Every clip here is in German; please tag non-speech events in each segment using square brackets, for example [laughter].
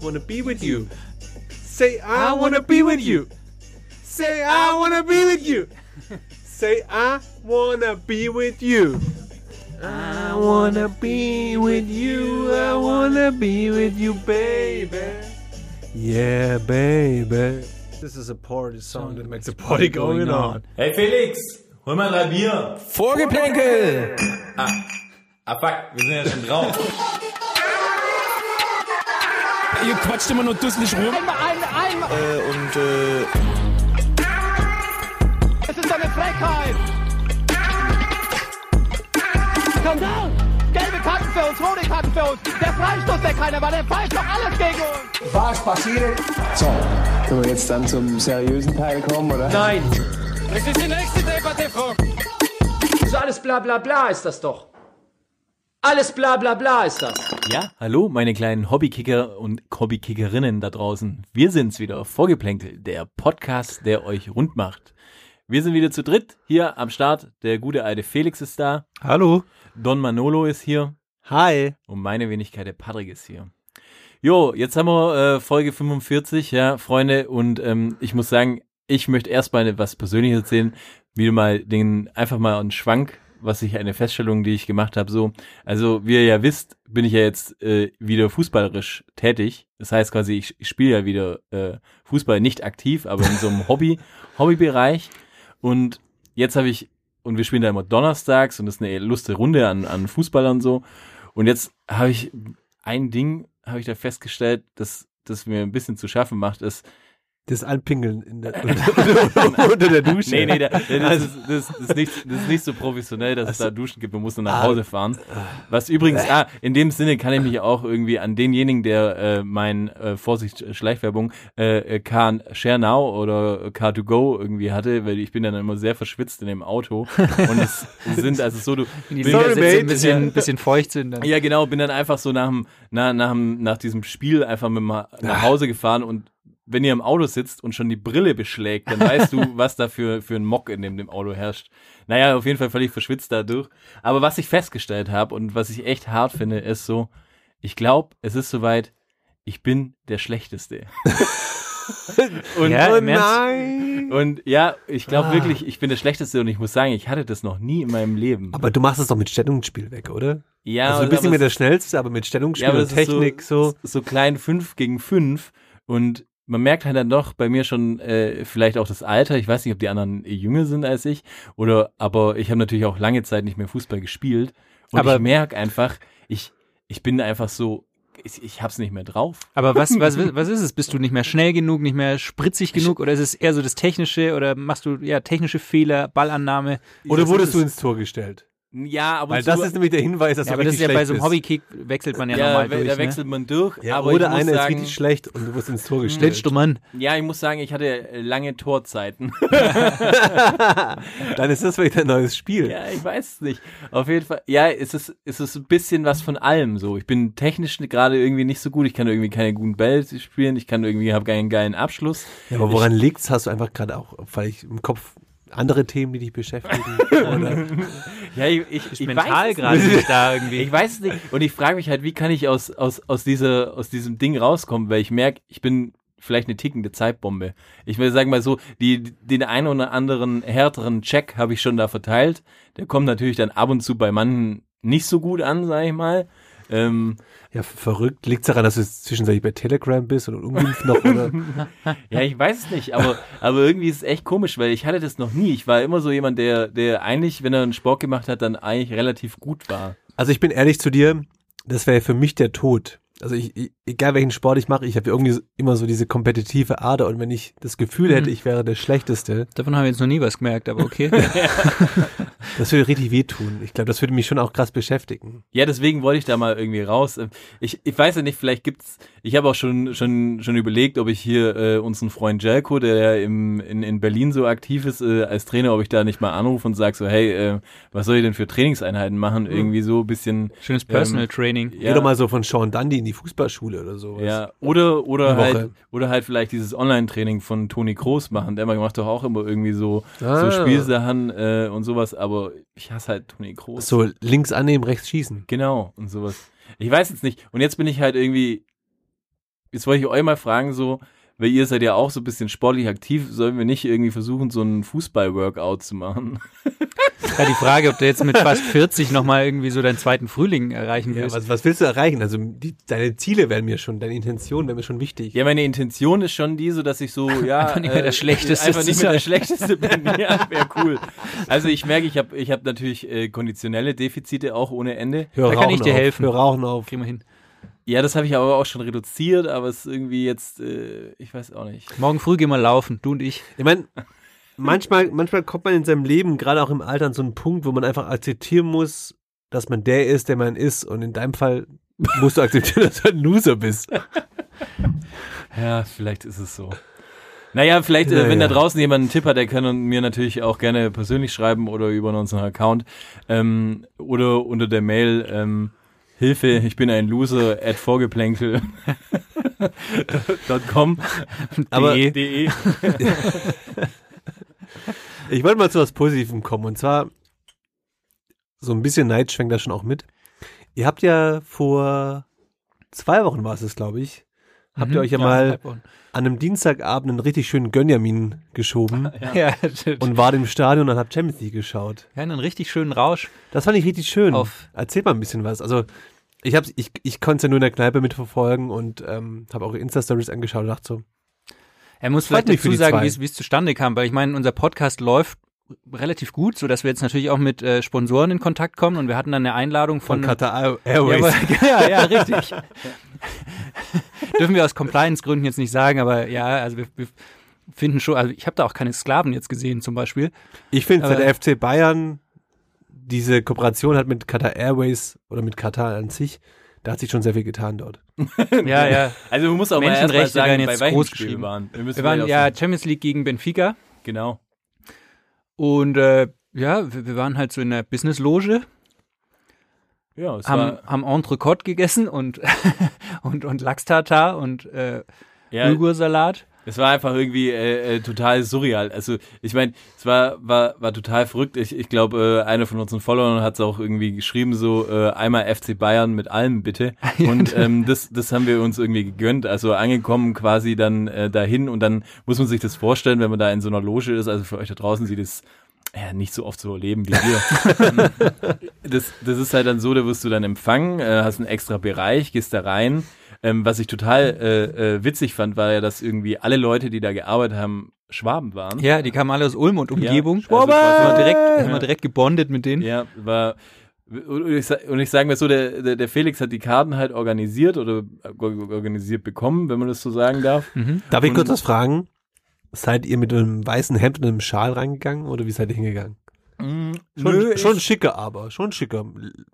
wanna be with you. Say I wanna be with you. Say I wanna be with you. Say I wanna be with you. I wanna be with you. I wanna be with you, baby. Yeah, baby. This is a party song that makes a party going on. Hey Felix, hol mal drei Bier. Vorgeplänkel! Ah fuck, wir sind ja schon drauf. Ihr quatscht immer nur dusselig rum. und äh, Es ist eine Frechheit! Skandal! Gelbe Karten für uns, rote Karten für uns. Der Freistoß, der keiner war, der pfeift doch alles gegen uns. Was passiert? So, können wir jetzt dann zum seriösen Teil kommen, oder? Nein. Das ist die nächste Debatte, Frau. So alles bla bla bla ist das doch. Alles bla bla bla ist das. [laughs] Ja, hallo, meine kleinen Hobbykicker und Hobbykickerinnen da draußen. Wir sind's wieder, Vorgeplänkel, der Podcast, der euch rund macht. Wir sind wieder zu dritt hier am Start. Der gute alte Felix ist da, Hallo. Don Manolo ist hier Hi. und meine Wenigkeit, der Patrick ist hier. Jo, jetzt haben wir äh, Folge 45, ja, Freunde, und ähm, ich muss sagen, ich möchte erstmal was Persönliches erzählen, wieder mal den, einfach mal einen Schwank, was ich, eine Feststellung, die ich gemacht habe, so. Also, wie ihr ja wisst, bin ich ja jetzt äh, wieder fußballerisch tätig. Das heißt quasi, ich, ich spiele ja wieder äh, Fußball nicht aktiv, aber in so einem Hobby, Hobbybereich. Und jetzt habe ich, und wir spielen da immer donnerstags und das ist eine lustige Runde an, an Fußballern so. Und jetzt habe ich ein Ding, habe ich da festgestellt, dass das mir ein bisschen zu schaffen macht, [laughs] ist. Das Anpingeln in der, unter der Also [laughs] Dusche. Nee, nee, da, das, ist, das, ist nicht, das ist nicht so professionell, dass Also es da Duschen gibt. Man muss nur Ah. nach Hause fahren. Was übrigens, Äh. ah, in dem Sinne kann ich mich auch irgendwie an denjenigen, der äh, mein äh, Vorsicht Schleichwerbung äh, äh, Car Share Now oder Car to Go irgendwie hatte, weil ich bin dann immer sehr verschwitzt in dem Auto und [laughs] es sind also so du Wenn die bin- [laughs] Sorry, Liedersätze mate. ein bisschen, ein bisschen feucht sind, dann Ja, genau, bin dann einfach so nach, dem, nach, nach, dem- nach diesem Spiel einfach mit dem Ha- nach Hause gefahren und wenn ihr im Auto sitzt und schon die Brille beschlägt, dann weißt du, [laughs] was da für, für ein Mock in dem, dem Auto herrscht. Naja, auf jeden Fall völlig verschwitzt dadurch. Aber was ich festgestellt habe und was ich echt hart finde, ist so, ich glaube, es ist soweit, ich bin der [laughs] Schlechteste. und, Ja, Oh im Ernst? nein. und ja, ich Ah. glaube wirklich, ich bin der Schlechteste und ich muss sagen, ich hatte das noch nie in meinem Leben. Aber du machst es doch mit Stellungsspiel weg, oder? ja, also du aber- bist nicht aber mehr es- der Schnellste, aber mit Stellungsspiel aber das und ist Technik so. so klein 5 gegen 5 und man merkt halt dann doch bei mir schon äh, vielleicht auch das Alter. Ich weiß nicht, ob die anderen jünger sind als ich oder aber ich habe natürlich auch lange Zeit nicht mehr Fußball gespielt und Aber- ich merke einfach, ich ich bin einfach so ich, ich hab's nicht mehr drauf. [laughs] Aber was, was, was ist es? Bist du nicht mehr schnell genug, nicht mehr spritzig genug oder ist es eher so das Technische oder machst du ja technische Fehler, Ballannahme? Oder Das wurdest ist du es. ins Tor gestellt? Ja, aber Weil das ist nämlich der Hinweis, dass Ja, du aber das richtig ist ja bei so einem schlecht bist. Hobbykick wechselt man ja, ja, normal we- durch. da ne? wechselt man durch, Ja, aber oder ich muss einer ist sagen, richtig schlecht und du wirst ins [laughs] Tor gestellt. Schlitzt du Mann. ja, ich muss sagen, ich hatte äh, lange Torzeiten. Dann ist das vielleicht ein neues Spiel. [laughs] Ja, ich weiß es nicht. Auf jeden Fall, ja, es ist, es ist ein bisschen was von allem so. Ich bin technisch gerade irgendwie nicht so gut. Ich kann irgendwie keine guten Bälle spielen. Ich kann irgendwie, habe keinen geilen Abschluss. Ja, aber woran liegt's? Hast du einfach gerade auch vielleicht im Kopf andere Themen, die dich beschäftigen? oder? [laughs] Ja, ich, ich, ich, mental weiß es gerade nicht. nicht da irgendwie. Ich weiß es nicht. Und ich frage mich halt, wie kann ich aus, aus, aus, dieser, aus diesem Ding rauskommen, weil ich merke, ich bin vielleicht eine tickende Zeitbombe. Ich will sagen mal so, die, den einen oder anderen härteren Check habe ich schon da verteilt. Der kommt natürlich dann ab und zu bei manchen nicht so gut an, sage ich mal. Ähm, Ja, verrückt. Liegt's daran, dass du jetzt zwischenzeitlich bei Telegram bist und ungeimpft [laughs] noch? Oder? Ja, ich weiß es nicht, aber, aber irgendwie ist es echt komisch, weil ich hatte das noch nie. Ich war immer so jemand, der, der eigentlich, wenn er einen Sport gemacht hat, dann eigentlich relativ gut war. Also ich bin ehrlich zu dir, das wäre für mich der Tod. Also ich, ich, egal welchen Sport ich mache, ich habe irgendwie so- immer so diese kompetitive Ader und wenn ich das Mhm. Gefühl hätte, ich wäre der Schlechteste, Davon haben wir jetzt noch nie was gemerkt, [laughs] aber okay. das würde richtig wehtun. Ich glaube, das würde mich schon auch krass beschäftigen. Ja, deswegen wollte ich da mal irgendwie raus. Ähm, Ich, ich weiß ja nicht, vielleicht gibt's. Ich habe auch schon schon schon überlegt, ob ich hier äh, unseren Freund Jelko, der ja im, in, in Berlin so aktiv ist äh, als Trainer, ob ich da nicht mal anrufe und sag so, hey, äh, was soll ich denn für Trainingseinheiten machen? Irgendwie so ein bisschen. Schönes Personal ähm, Training. Hm. Geh doch mal so von Sean Dundee in die Fußballschule oder sowas. Ja, oder, oder, Eine Woche. halt, oder halt vielleicht dieses Online-Training von Toni Kroos machen. Der macht doch auch immer irgendwie so, so Ah. Spielsachen äh, und sowas, aber ich hasse halt Toni Kroos. So links annehmen, rechts schießen. Genau, und sowas. Ich weiß jetzt nicht. Und jetzt bin ich halt irgendwie, jetzt wollte ich euch mal fragen, so, weil ihr seid ja auch so ein bisschen sportlich aktiv, sollen wir nicht irgendwie versuchen, so einen Fußball-Workout zu machen? [laughs] Ja, die Frage, ob du jetzt mit fast 40 nochmal irgendwie so deinen zweiten Frühling erreichen Ja, willst. was, was willst du erreichen? Also die, deine Ziele wären mir schon, deine Intention wäre mir schon wichtig. Ja, meine Intention ist schon die, so dass ich [laughs] so, ja. äh, Einfach nicht mehr der Schlechteste Einfach nicht mehr der zu sein. [laughs] Schlechteste bin. Ja, wäre cool. Also ich merke, ich habe ich hab natürlich äh, konditionelle Defizite auch ohne Ende. Hör Da kann ich dir auf, helfen. Hör Rauchen auf. Kriegen wir hin. Ja, das habe ich aber auch schon reduziert, aber es ist irgendwie jetzt, äh, ich weiß auch nicht. Morgen früh gehen wir laufen, du und ich. Ich meine, manchmal, manchmal kommt man in seinem Leben, gerade auch im Alter, an so einen Punkt, wo man einfach akzeptieren muss, dass man der ist, der man ist. Und in deinem Fall musst [laughs] du akzeptieren, dass du ein Loser bist. Ja, vielleicht ist es so. Naja, vielleicht, äh, Naja. wenn da draußen jemand einen Tipp hat, der kann mir natürlich auch gerne persönlich schreiben oder über unseren Account ähm, oder unter der Mail ähm, Hilfe, ich bin ein Loser at vorgeplänkel [laughs] dot com. E. Aber De. ich wollte mal zu was Positivem kommen. Und zwar, so ein bisschen Neid schwenkt da schon auch mit. Ihr habt ja vor zwei Wochen war es, es, glaube ich, habt Hm? Mhm. ihr euch ja, mal an einem Dienstagabend einen richtig schönen Gönjamin geschoben Ja, ja. [laughs] und und war im Stadion und habt Champions League geschaut. ja, einen richtig schönen Rausch. Das fand ich richtig schön. Auf- Erzähl mal ein bisschen was. Also ich hab's, ich, ich konnte es ja nur in der Kneipe mitverfolgen und ähm, habe auch Insta-Stories angeschaut und dachte so, Er muss Freut vielleicht mich für dazu die sagen, zwei. wie es wie es zustande kam, weil ich meine, unser Podcast läuft relativ gut, sodass wir jetzt natürlich auch mit äh, Sponsoren in Kontakt kommen und wir hatten dann eine Einladung von von, Qatar Air- Mhm. Ja, Airways. aber, [laughs] ja, ja, richtig. Dürfen wir aus Compliance-Gründen jetzt nicht sagen, aber ja, also wir, wir finden schon, also ich habe da auch keine Sklaven jetzt gesehen zum [laughs] Beispiel. ich finde, aber- der FC Bayern diese Kooperation hat mit Qatar Airways oder mit Qatar an sich, da hat sich schon sehr viel getan dort. Ja, ja. Also man muss auch mal erst mal Menschenrechte werden sagen, jetzt bei welchem groß Spiel wir geschrieben. waren. Wir, müssen Wir waren vielleicht ja auch Champions League gegen Benfica sagen. genau. und äh, ja, wir, wir waren halt so in der Business-Loge, Ja, es haben, war, haben Entrecote gegessen und, [laughs] und, und Lachs-Tatar und äh, ja, Bulgursalat. Es war einfach irgendwie äh, äh, total surreal. Also ich meine, es war, war, war total verrückt. Ich, ich glaube, äh, einer von unseren Followern hat es auch irgendwie geschrieben, so äh, einmal FC Bayern mit allem bitte. Und ähm, das, das haben wir uns irgendwie gegönnt. Also angekommen quasi dann äh, dahin und dann muss man sich das vorstellen, wenn man da in so einer Loge ist. Also für euch da draußen sieht es ja, nicht so oft so leben wie wir. [laughs] das, das ist halt dann so, da wirst du dann empfangen, äh, hast einen extra Bereich, gehst da rein. Ähm, was ich total äh, äh, witzig fand, war ja, dass irgendwie alle Leute, die da gearbeitet haben, Schwaben waren. Ja, die kamen alle aus Ulm und Umgebung. also quasi- Haben wir direkt, haben wir direkt gebondet mit denen. Ja, war. Und ich, sa- und ich sage mir so, der, der, der Felix hat die Karten halt organisiert oder organisiert bekommen, wenn man das so sagen darf. Darf ich Und- kurz was fragen? Seid ihr mit einem weißen Hemd und einem Schal reingegangen oder wie seid ihr hingegangen? Mhm. Schon, schon schicker aber, schon schicker.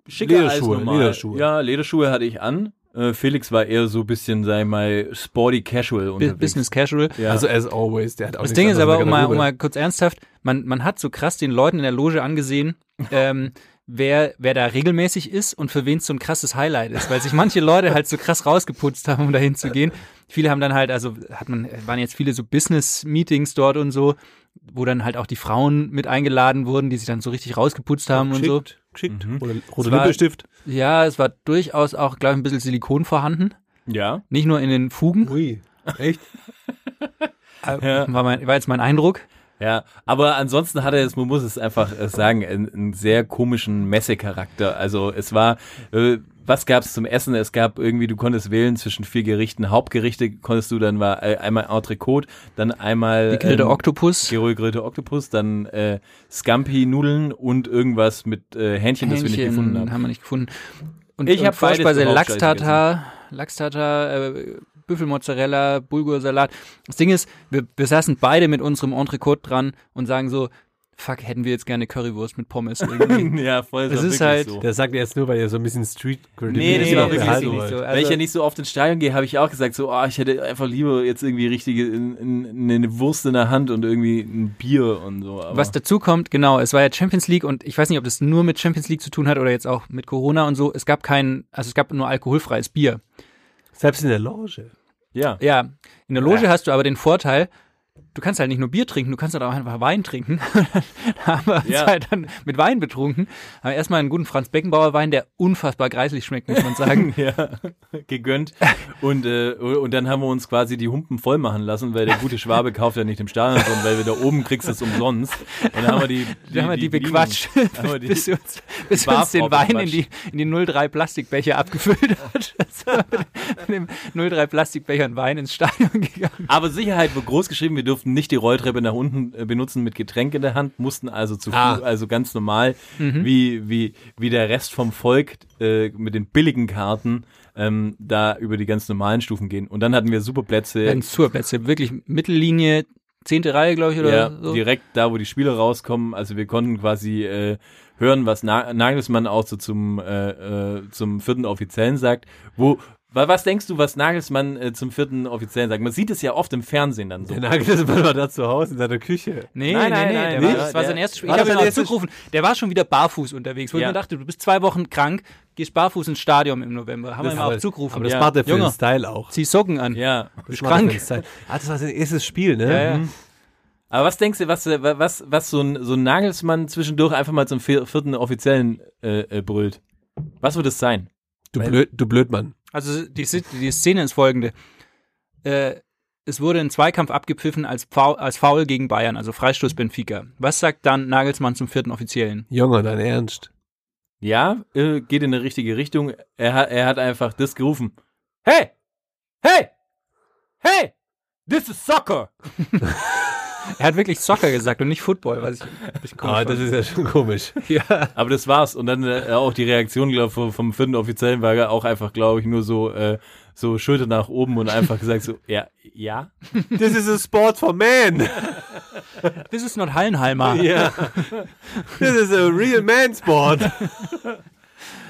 Schicker Lederschuhe, als normal. Lederschuhe. Ja, Lederschuhe hatte ich an. Äh, Felix war eher so ein bisschen, sag ich mal, sporty casual Bu- unterwegs. Business Casual. Ja. Also as always, der hat auch Das nichts Ding ist anderes aber, in um der mal, um Garderobe. mal kurz ernsthaft, man, man hat so krass den Leuten in der Loge [laughs] angesehen, ähm, wer, wer da regelmäßig ist und für wen es so ein krasses Highlight ist, weil sich manche Leute halt so krass rausgeputzt haben, um da hinzugehen. Viele haben dann halt, also hat man, waren jetzt viele so Business-Meetings dort und so, wo dann halt auch die Frauen mit eingeladen wurden, die sich dann so richtig rausgeputzt haben und so. geschickt, geschickt. Oder Es roter war- Lippenstift. Ja, es war durchaus auch, glaube ich, ein bisschen Silikon vorhanden. ja. Nicht nur in den Fugen, äh, Ui, echt? Ja. war, mein, war jetzt mein Eindruck. Ja, aber ansonsten hatte es, man muss es einfach äh, sagen, einen, einen sehr komischen Messecharakter. Also es war, äh, was gab's zum Essen? Es gab irgendwie, du konntest wählen zwischen vier Gerichten. Hauptgerichte konntest du dann war äh, einmal Entrecote, dann einmal Gegrillte Oktopus. gegrillte Oktopus, dann äh, Scampi-Nudeln und irgendwas mit äh, Hähnchen, das wir nicht Hähnchen gefunden haben. haben wir nicht gefunden. Und Ich und hab beides Vorspeise überhaupt Lachstata, Lachstata, äh, Büffelmozzarella, Bulgursalat. Das Ding ist, wir, wir saßen beide mit unserem Entrecote dran und sagen so, fuck, hätten wir jetzt gerne Currywurst [laughs] mit Pommes irgendwie. Ja, voll Es war ist wirklich halt- so. Das sagt er jetzt nur, weil er so ein bisschen street Nee, nee, Nee, war das wirklich ist so. nicht so. Weil ich Also- ja nicht so oft ins Stadion gehe, habe ich auch gesagt, so, ah, ich hätte einfach lieber jetzt irgendwie richtige, in, in, eine Wurst in der Hand und irgendwie ein Bier und so. Aber Was dazu kommt, genau, es war ja Champions League und ich weiß nicht, ob das nur mit Champions League zu tun hat oder jetzt auch mit Corona und so. Es gab kein, also es gab nur alkoholfreies Bier. Selbst in der Loge. ja. Ja, in der Loge hast du aber den Vorteil, du kannst halt nicht nur Bier trinken, du kannst halt auch einfach Wein trinken. [laughs] da haben wir uns Ja. halt dann mit Wein betrunken. Aber erstmal einen guten Franz Beckenbauer Wein, der unfassbar greislich schmeckt, muss man sagen. [laughs] [laughs] ja, gegönnt. Und, äh, und dann haben wir uns quasi die Humpen voll machen lassen, weil der [laughs] gute Schwabe kauft ja nicht im Stadion, sondern weil wir da oben kriegst es umsonst. Und dann haben wir [laughs] die, Die, haben wir die, Bedienung- [laughs] bequatscht, haben wir die- bis sie uns, bis sie Barfrau uns den Wein in bequatscht. die, in die 03 Plastikbecher abgefüllt hat. [laughs] Das war mit, mit dem 03 Plastikbechern Wein ins Stadion gegangen. Aber Sicherheit wird groß geschrieben, wir durften nicht die Rolltreppe nach unten äh, benutzen mit Getränk in der Hand, mussten also zu Ah. Mhm. Fuß, also ganz normal, wie, wie, wie der Rest vom Volk äh, mit den billigen Karten ähm, da über die ganz normalen Stufen gehen. Und dann hatten wir super Plätze. Dann zur Plätze, wirklich Mittellinie, zehnte Reihe, glaube ich, oder Ja, so. direkt da, wo die Spieler rauskommen. Also wir konnten quasi äh, hören, was Na Nagelsmann auch so zum, äh, äh, zum vierten Offiziellen sagt. Wo, wa- was denkst du, was Nagelsmann äh, zum vierten Offiziellen sagt? Man sieht es ja oft im Fernsehen dann so. Nagelsmann war da zu Hause in seiner Küche. Nee, Nein, nee, nein, nein, nee, der nicht? war, das war Der- sein erstes Spiel. war Ich habe das ihm sein auch erstes- zugerufen, der war schon wieder barfuß unterwegs, wo Ja. ich mir dachte, du bist zwei Wochen krank, gehst barfuß ins Stadion im November. Haben wir ihm auch zugerufen. Aber das ja. macht er für Junge, den Style auch. zieh Socken an. Ja. Bist Das macht er für krank. den Style. Ah, das war sein erstes Spiel, ne? Ja, ja. Aber was denkst du, was, äh, wa- was, was so, ein, so ein Nagelsmann zwischendurch einfach mal zum vier- vierten Offiziellen äh, äh, brüllt? Was wird es sein? Du, blöd, du Blödmann. Also die, Sit- die Szene ist folgende. Äh, es wurde ein Zweikampf abgepfiffen als Foul, als Foul gegen Bayern, also Freistoß Benfica. Was sagt dann Nagelsmann zum vierten Offiziellen? Junge, dein Ernst. [laughs] Ja, äh, geht in eine richtige Richtung. Er, ha- er hat einfach das gerufen. Hey! Hey! Hey! This is soccer! Er hat wirklich Soccer gesagt und nicht Football, was ich ein bisschen komisch Ah, das ist ja schon komisch. Aber das war's. Und dann äh, auch die Reaktion, glaube vom, vom vierten Offiziellen war ja auch einfach, glaube ich, nur so, äh, so Schulter nach oben und einfach gesagt so, ja, ja. This is a [laughs] sport for [laughs] men. fand. This is not Hallenhalmer. Yeah. This is a real man sport.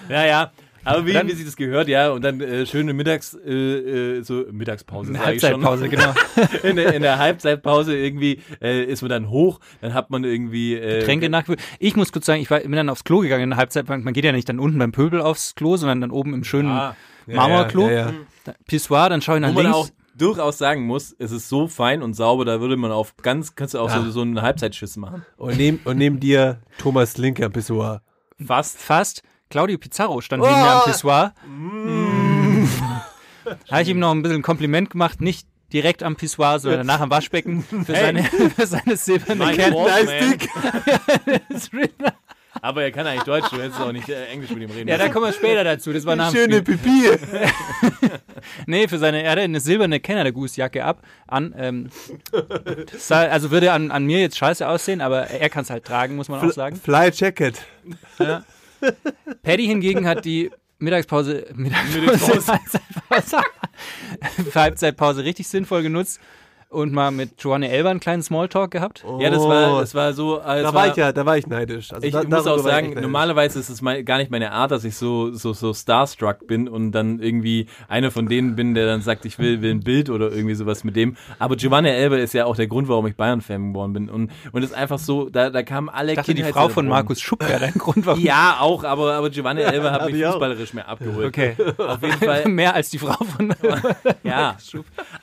Ja, ja. Aber wie, Dann- wie sie das gehört, ja, und dann äh, schöne Mittags, äh, äh, so Mittagspause, Eine sag ich schon. Halbzeitpause, genau. in, der, in der Halbzeitpause irgendwie äh, ist man dann hoch, dann hat man irgendwie äh, Tränke nachgefüllt. Ich muss kurz sagen, ich war, bin dann aufs Klo gegangen in der Halbzeitbank. Man geht ja nicht dann unten beim Pöbel aufs Klo, sondern dann oben im schönen Ah, Marmorklo. Ja, ja, ja. Da- Pissoir, dann schaue ich nach wo man links. auch durchaus sagen muss, es ist so fein und sauber, da würde man auf ganz, kannst du auch so, so einen Halbzeitschiss machen. Und neben, und neben dir Thomas Linker Pissoir. Fast. Fast. Claudio Pizarro stand neben mir am Pissoir. [laughs] Habe ich ihm noch ein bisschen ein Kompliment gemacht, nicht direkt am Pissoir, sondern danach am Waschbecken für, seine, [laughs] für seine silberne Mein Kette. Walkman. Das Ring- Aber er kann eigentlich Deutsch, du hättest auch nicht äh, Englisch mit ihm reden. Ja, da müssen. kommen wir später dazu. Das war nach dem Spiel. Pipi. [laughs] Nee, für seine Erde eine silberne Canada Goose Jacke ab an. Ähm, das sah, also würde an, an mir jetzt scheiße aussehen, aber er kann es halt tragen, muss man auch sagen. Fly Jacket. Paddy hingegen hat die Mittagspause, Mittagspause, Mittagspause. Halbzeitpause, [laughs] Halbzeitpause richtig sinnvoll genutzt und mal mit Joanne Elber einen kleinen Smalltalk gehabt. ja, das war, das war so. äh, es da war ich ja, da war ich neidisch. Also Ich da, muss auch darüber war ich sagen, neidisch. normalerweise ist es mein, gar nicht meine Art, dass ich so, so, so starstruck bin und dann irgendwie einer von denen bin, der dann sagt, ich will, will ein Bild oder irgendwie sowas mit dem. Aber Giovanni Elber ist ja auch der Grund, warum ich Bayern-Fan geworden bin. Und, und es ist einfach so, da, da kamen alle Ich dachte, die Frau von Markus Schupp wäre ein Grund, [laughs] warum Ja, auch, aber, aber Giovanni Elber hat hab mich ich auch. fußballerisch mehr abgeholt. Okay. Auf jeden Fall. [laughs] mehr als die Frau von [laughs] Ja,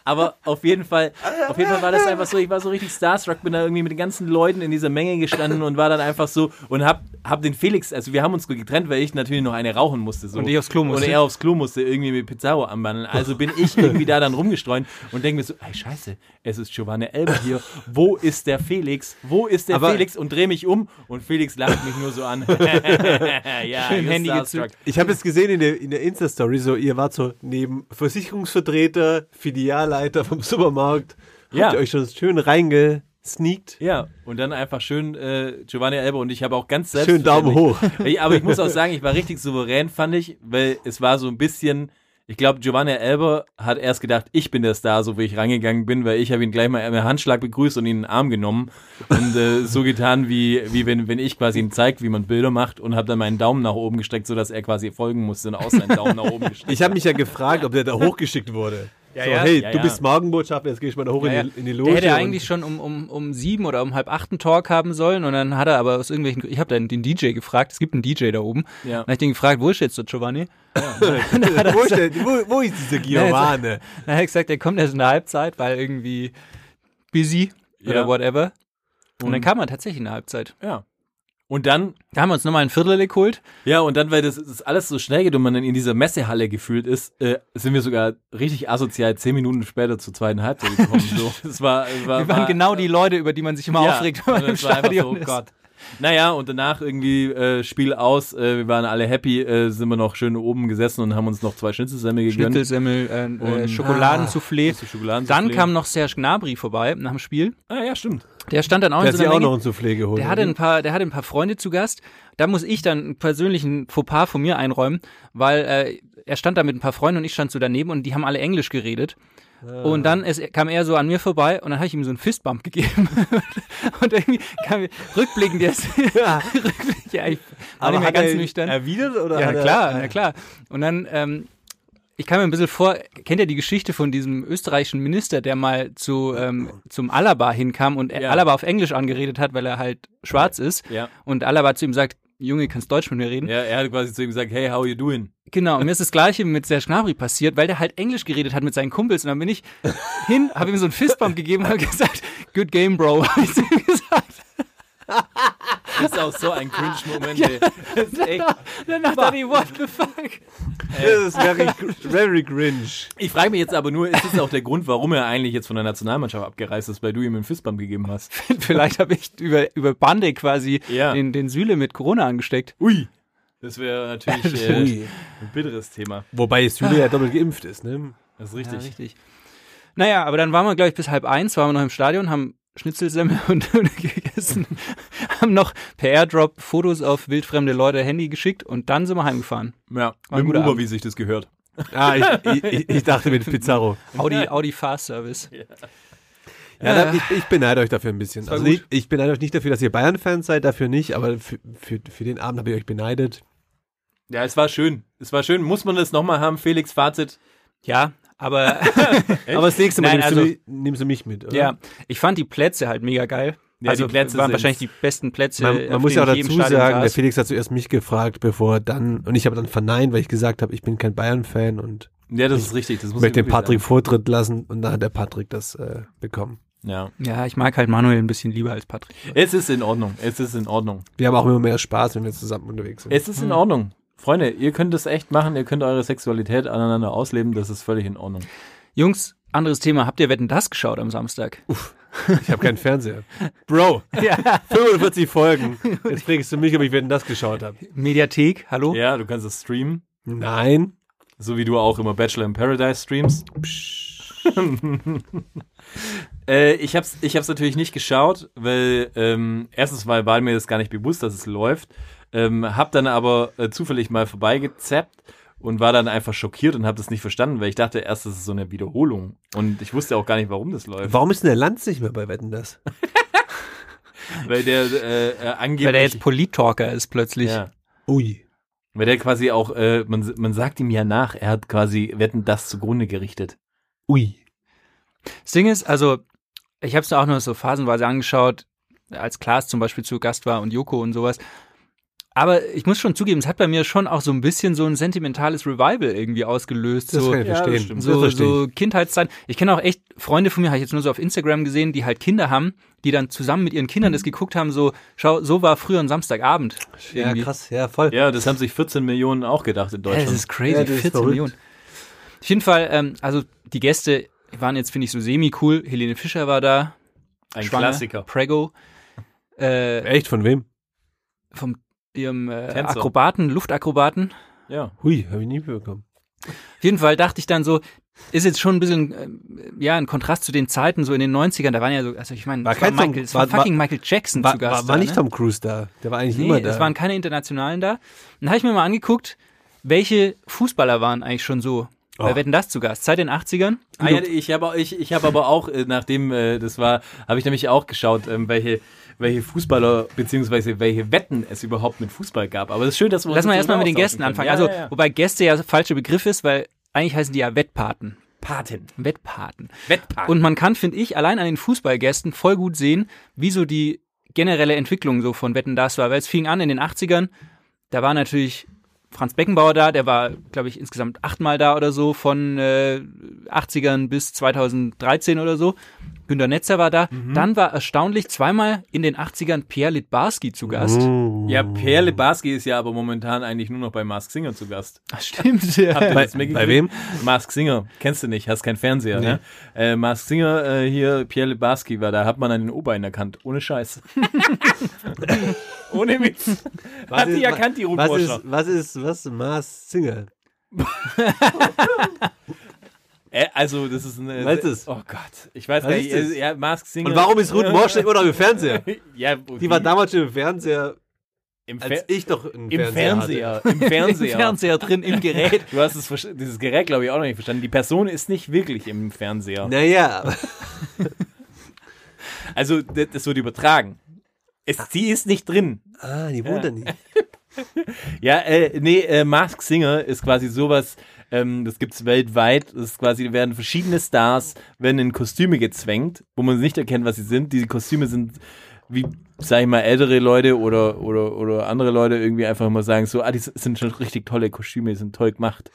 aber auf jeden Fall, auf jeden Fall war das einfach so, ich war so richtig starstruck, bin da irgendwie mit den ganzen Leuten in dieser Menge gestanden und war dann einfach so und hab, hab den Felix, also wir haben uns getrennt, weil ich natürlich noch eine rauchen musste. So. Und ich aufs Klo musste. Und er aufs Klo musste, irgendwie mit Pizarro anbandeln. Also bin [laughs] ich irgendwie da dann rumgestreunt und denke mir so, ey scheiße, es ist Giovanni Elber hier, wo ist der Felix, wo ist der Aber- Felix und drehe mich um und Felix lacht mich nur so an. [laughs] ja, Schön you're Handy starstruck. gezückt. Ich habe es gesehen in der, in der Insta-Story, so ihr wart so neben Versicherungsvertreter, Filialleiter vom Supermarkt. Ja. Habt ihr euch schon schön reingesneakt? Ja, und dann einfach schön äh, Giovanni Elber und ich habe auch ganz selbst. Schön Daumen hoch. Ich, aber ich muss auch sagen, ich war richtig souverän, fand ich, weil es war so ein bisschen. Ich glaube, Giovanni Elber hat erst gedacht, ich bin der Star, so wie ich rangegangen bin, weil ich habe ihn gleich mal mit Handschlag begrüßt und ihn in den Arm genommen und äh, so getan, wie, wie wenn, wenn ich quasi ihm zeige, wie man Bilder macht und habe dann meinen Daumen nach oben gestreckt, sodass er quasi folgen musste und auch seinen Daumen nach [laughs] oben gestreckt. Ich habe mich ja gefragt, ob der da hochgeschickt wurde. so, ja. hey, Ja, du ja. bist Magenbotschafter, jetzt gehe ich mal da hoch Ja, ja. in, die, in die Der Loge. hätte und- eigentlich schon um, um, um sieben oder um halb acht einen Talk haben sollen und dann hat er aber aus irgendwelchen Gründen- ich habe dann den DJ gefragt, es gibt einen DJ da oben, Ja. dann habe ich den gefragt, wo ist jetzt der Giovanni? [laughs] wo, [laughs] ist der, wo, wo ist dieser jetzt- Giovanni? Dann hat er gesagt, er kommt erst in der Halbzeit, weil irgendwie busy Ja. oder whatever. Und, Und- dann kam man tatsächlich in der Halbzeit. Ja. Und dann, Da haben wir uns nochmal ein Viertel geholt. ja, und dann, weil das, das alles so schnell geht und man dann in dieser Messehalle gefühlt ist, äh, sind wir sogar richtig asozial zehn Minuten später zur zweiten Halbzeit gekommen. [laughs] so. Das war, das war, Wir waren war, genau die Leute, über die man sich immer äh, Ja, aufregt, wenn man und im das war einfach Stadion so, ist. Gott. Naja, und danach irgendwie äh, Spiel aus, äh, wir waren alle happy, äh, sind wir noch schön oben gesessen und haben uns noch zwei Schnitzelsemmel gegönnt. Schnittelsemmel, äh, äh, Und- Ah, Schokoladensoufflé. Das ist Schokoladensoufflé. Dann kam noch Serge Gnabry vorbei nach dem Spiel. Ah ja, stimmt. Der stand dann auch in Der hat so sich einer auch Menge. noch ein Soufflé geholt. Der hatte, ein paar, der hatte ein paar Freunde zu Gast. Da muss ich dann einen persönlichen Fauxpas von mir einräumen, weil äh, er stand da mit ein paar Freunden und ich stand so daneben und die haben alle Englisch geredet. Ah. Und dann ist, kam er so an mir vorbei und dann habe ich ihm so einen Fistbump [laughs] gegeben. und irgendwie kam rückblickend jetzt. Ja, [laughs] rückblickend, ja ich war nicht mehr hat ganz er nüchtern. Erwidert oder? Ja, hat na er- klar, na klar. Und dann, ähm, ich kam mir ein bisschen vor, kennt ihr die Geschichte von diesem österreichischen Minister, der mal zu, ähm, zum Alaba hinkam und Ja. Alaba auf Englisch angeredet hat, weil er halt schwarz ist. Ja. Und Alaba zu ihm sagt, Junge, kannst Deutsch mit mir reden? Ja, er hat quasi zu ihm gesagt, hey, how you doing? Genau, und mir ist das Gleiche mit Serge Gnabry passiert, weil der halt Englisch geredet hat mit seinen Kumpels. Und dann bin ich hin, habe ihm so einen Fistbump gegeben und habe gesagt, good game, bro. [laughs] Hab ich zu ihm gesagt. Das ist auch so ein [laughs] Cringe-Moment. ey. Das ist echt- Danach dachte ich, what the fuck? Das ist very, very cringe. Ich frage mich jetzt aber nur, ist das auch der Grund, warum er eigentlich jetzt von der Nationalmannschaft abgereist ist, weil du ihm einen Fistbump gegeben hast? [laughs] Vielleicht habe ich über, über Bande quasi Ja. den, den Süle mit Corona angesteckt. Ui. Das wäre natürlich äh, ein bitteres Thema. Wobei Süle ja doppelt geimpft ist, ne? Das ist richtig. Ja, richtig. Naja, aber dann waren wir, glaube ich, bis halb eins, waren wir noch im Stadion, haben Schnitzelsemmel [laughs] und Döner gegessen, haben noch per Airdrop Fotos auf wildfremde Leute Handy geschickt und dann sind wir heimgefahren. Ja, War ein mit dem guter Uber, Abend. wie sich das gehört. Ah, ich, ich, ich dachte [laughs] mit Pizarro. Audi, Audi Fast Service. Ja, da, ich, ich beneide euch dafür ein bisschen. Also gut. ich, ich beneide euch nicht dafür, dass ihr Bayern-Fans seid, dafür nicht, aber für, für, für den Abend habe ich euch beneidet. Ja, es war schön. Es war schön. Muss man das nochmal haben? Felix, Fazit. Ja, [laughs] aber Aber das nächste Mal Nein, nimmst, du also- mich, nimmst du mich mit, oder? ja, ich fand die Plätze halt mega geil. Ja, also die Plätze waren sind's. wahrscheinlich die besten Plätze. Man, man auf muss denen ja ich auch je im dazu Stadion sagen, der saß. Felix hat zuerst mich gefragt, bevor er dann, und ich habe dann verneint, weil ich gesagt habe, ich bin kein Bayern-Fan und Ja, das ist richtig. Das muss möchte ich den wirklich Patrick Vortritt lassen und dann hat der Patrick das äh, bekommen. sagen. Ja. Ja, ich mag halt Manuel ein bisschen lieber als Patrick. Es ist in Ordnung. Es ist in Ordnung. Wir haben auch immer mehr Spaß, wenn wir zusammen unterwegs sind. Es ist in Ordnung. Freunde, ihr könnt es echt machen. Ihr könnt eure Sexualität aneinander ausleben. Das ist völlig in Ordnung. Jungs, anderes Thema. Habt ihr Wetten das geschaut am Samstag? Ich habe [laughs] keinen Fernseher. Bro, [laughs] 45 Folgen. Jetzt fragst du mich, ob ich wenn das geschaut habe. Mediathek, hallo? Ja, du kannst es streamen. Nein. So wie du auch immer Bachelor in Paradise streamst. [laughs] äh, ich hab's, ich hab's natürlich nicht geschaut, weil ähm, erstens mal war mir das gar nicht bewusst, dass es läuft. Ähm, hab dann aber äh, zufällig mal vorbeigezappt und war dann einfach schockiert und hab das nicht verstanden, weil ich dachte erst, das ist so eine Wiederholung. Und ich wusste auch gar nicht, warum das läuft. Warum ist denn der Lanz nicht mehr bei Wetten das? Weil der äh, äh, angeblich. Weil der jetzt Polit-Talker ist plötzlich. ja. Ui. Weil der quasi auch, äh, man, man sagt ihm ja nach, er hat quasi Wetten das zugrunde gerichtet. Ui. Das Ding ist, also, ich habe es auch nur so phasenweise angeschaut, als Klaas zum Beispiel zu Gast war und Joko und sowas. Aber ich muss schon zugeben, es hat bei mir schon auch so ein bisschen so ein sentimentales Revival irgendwie ausgelöst. Das so, kann ich ja, das verstehen. stimmt. das so, verstehe ich. so Kindheitszeit. Ich kenne auch echt Freunde von mir, habe ich jetzt nur so auf Instagram gesehen, die halt Kinder haben, die dann zusammen mit ihren Kindern Mhm. das geguckt haben, so, schau, so war früher ein Samstagabend. Ja, irgendwie. krass. Ja, voll. Ja, das haben sich 14 Millionen auch gedacht in Ja, Das Deutschland. ist crazy, Ja, das ist 14 verrückt. Millionen. Auf jeden Fall, ähm, also die Gäste waren jetzt, finde ich, so semi-cool. Helene Fischer war da, ein schwanger, Klassiker. Prego, äh, Echt, von wem? vom ihrem äh, Tänzer. Akrobaten, Luftakrobaten. Ja. Hui, habe ich nie bekommen. Auf jeden Fall dachte ich dann so, ist jetzt schon ein bisschen, ähm, ja, ein Kontrast zu den Zeiten, so in den 90ern, da waren ja so, also ich meine, War es war, kein Tom- Michael, es war war- fucking Michael Jackson zu War, Gast. war, war da, nicht ne? Tom Cruise da. Der war eigentlich Nee, immer da. es waren keine Internationalen da. Dann habe ich mir mal angeguckt, welche Fußballer waren eigentlich schon so. Oh. Bei Wetten das zu Gast? Seit den 80ern? Ah, ja ich habe ich, ich hab aber auch, äh, nachdem äh, das war, habe ich nämlich auch geschaut, ähm, welche, welche Fußballer beziehungsweise welche Wetten es überhaupt mit Fußball gab. Aber es ist schön, dass wir uns Lass mal jetzt erstmal mit den darüber Gästen austauschen anfangen. können. also, Ja, ja, ja. wobei Gäste ja der falsche Begriff ist, weil eigentlich heißen die ja Wettpaten. Patin. Wettpaten. Wettpaten. Und man kann, finde ich, allein an den Fußballgästen voll gut sehen, wie so die generelle Entwicklung so von Wetten das war. Weil es fing an in den 80ern, da war natürlich Franz Beckenbauer da, der war, glaube ich, insgesamt achtmal da oder so, von äh, 80ern bis 2013 oder so. Günter Netzer war da. Mhm. Dann war erstaunlich zweimal in den 80ern Pierre Litbarski zu Gast. Ja, Per Lebarski ist ja aber momentan eigentlich nur noch bei Mask Singer zu Gast. Ach, stimmt. Ja. Habt ihr das Bei mitgekriegt? wem? Mask Singer. Kennst du nicht, hast keinen Fernseher, ne? Äh, Mask Singer, äh, hier, Pierre Lebarski war da, hat man an den Obein erkannt. Ohne [laughs] Scheiß. Ohne Witz. Hat die erkannt, die was Rotborscher. ist, was ist, was Mars Singer? Äh, also, das ist eine. Was ist? Oh Gott. Ich weiß Was gar nicht. ist das? äh, Ja, Mask Singer. Und warum ist Ruth Morsch nicht immer noch [laughs] im Fernseher? ja, Die war damals schon im Fernseher, im, Fer als ich noch einen im hatte. Fernseher. Im [laughs] Fernseher. Im Fernseher drin, im Gerät. Du hast es versch- dieses Gerät, glaube ich, auch noch nicht verstanden. Die Person ist nicht wirklich im Fernseher. Ne. Naja, Also, das, das wird übertragen. Es, sie ist nicht drin. [laughs] ah, die wohnt da nicht. Ja, äh, nee, äh, Mask Singer ist quasi sowas, ähm, das gibt's weltweit. Das ist quasi, da werden verschiedene Stars, werden in Kostüme gezwängt, wo man nicht erkennt, was sie sind. Diese Kostüme sind wie, sag ich mal, ältere Leute oder, oder, oder andere Leute irgendwie einfach mal sagen, so, ah, die sind schon richtig tolle Kostüme, die sind toll gemacht.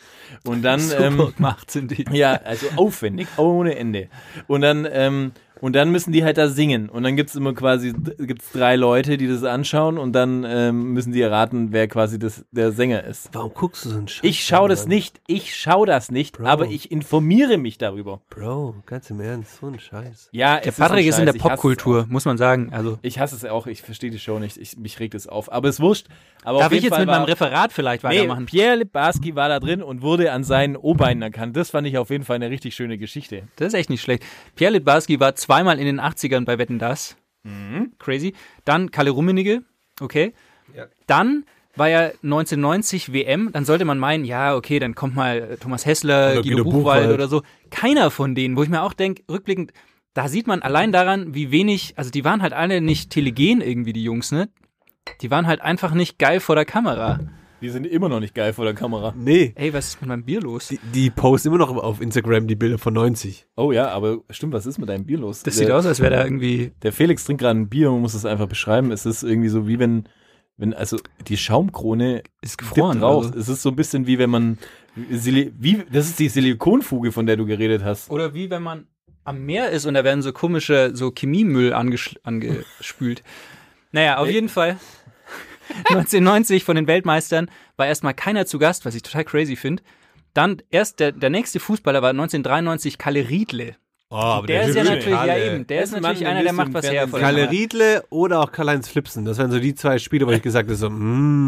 Und dann, ähm, Super gemacht sind die. Ja, also aufwendig, ohne Ende. Und dann, ähm, und dann müssen die halt da singen. Und dann gibt's immer quasi gibt's drei Leute, die das anschauen und dann ähm, müssen die erraten, wer quasi das, der Sänger ist. Warum guckst du so einen Scheiß? Ich schaue das an, nicht, ich schaue das nicht, aber ich informiere mich darüber. Bro, ganz im Ernst, so ein Scheiß. Ja, Der Patrick ist in der Popkultur, muss man sagen. Also Ich hasse es auch, ich verstehe die Show nicht, ich, mich regt es auf. Aber es wurscht. Aber auf darf jeden ich jetzt Fall mit meinem war- Referat vielleicht Nee, weitermachen? Pierre Lebarski war da drin und wurde an seinen O-Beinen erkannt. Das fand ich auf jeden Fall eine richtig schöne Geschichte. Das ist echt nicht schlecht. Pierre Litbarski war zweimal in den 80ern bei Wetten Das. Crazy. Dann Kalle Rummenigge. Okay. Dann war ja 1990 WM. Dann sollte man meinen, ja, okay, dann kommt mal äh, Thomas Hessler, Oder Guido, Guido Buchwald, Buchwald. oder so. Keiner von denen, wo ich mir auch denke, rückblickend, da sieht man allein daran, wie wenig, also die waren halt alle nicht telegen irgendwie, die Jungs, ne? Die waren halt einfach nicht geil vor der Kamera. Die sind immer noch nicht geil vor der Kamera. Nee, Ey, was ist mit meinem Bier los? die, die posten immer noch auf Instagram die Bilder von 90. Oh ja, aber stimmt, was ist mit deinem Bier los? Das der, sieht aus, als wäre da irgendwie Der Felix trinkt gerade ein Bier und muss es einfach beschreiben. Es ist irgendwie so wie wenn, wenn also die Schaumkrone ist dippt gefroren. raus. Also. Es ist so ein bisschen wie wenn man, Sili wie, das ist die Silikonfuge, von der du geredet hast. Oder wie wenn man am Meer ist und da werden so komische, so Chemiemüll angesch- [laughs] angespült. Naja, auf jeden Fall. [laughs] 1990 von den Weltmeistern war erstmal keiner zu Gast, was ich total crazy finde. Dann erst der, der nächste Fußballer war 1993 Kalle Riedle. Oh, aber Der, ist ja Riedle. natürlich, ja eben, der Der ist ist ein natürlich Mann, den einer, willst du der macht im was her. Fernsehen vor der Kalle Kamera. Riedle oder auch Karl-Heinz Flipsen. Das wären so die zwei Spiele, wo ich gesagt habe, so,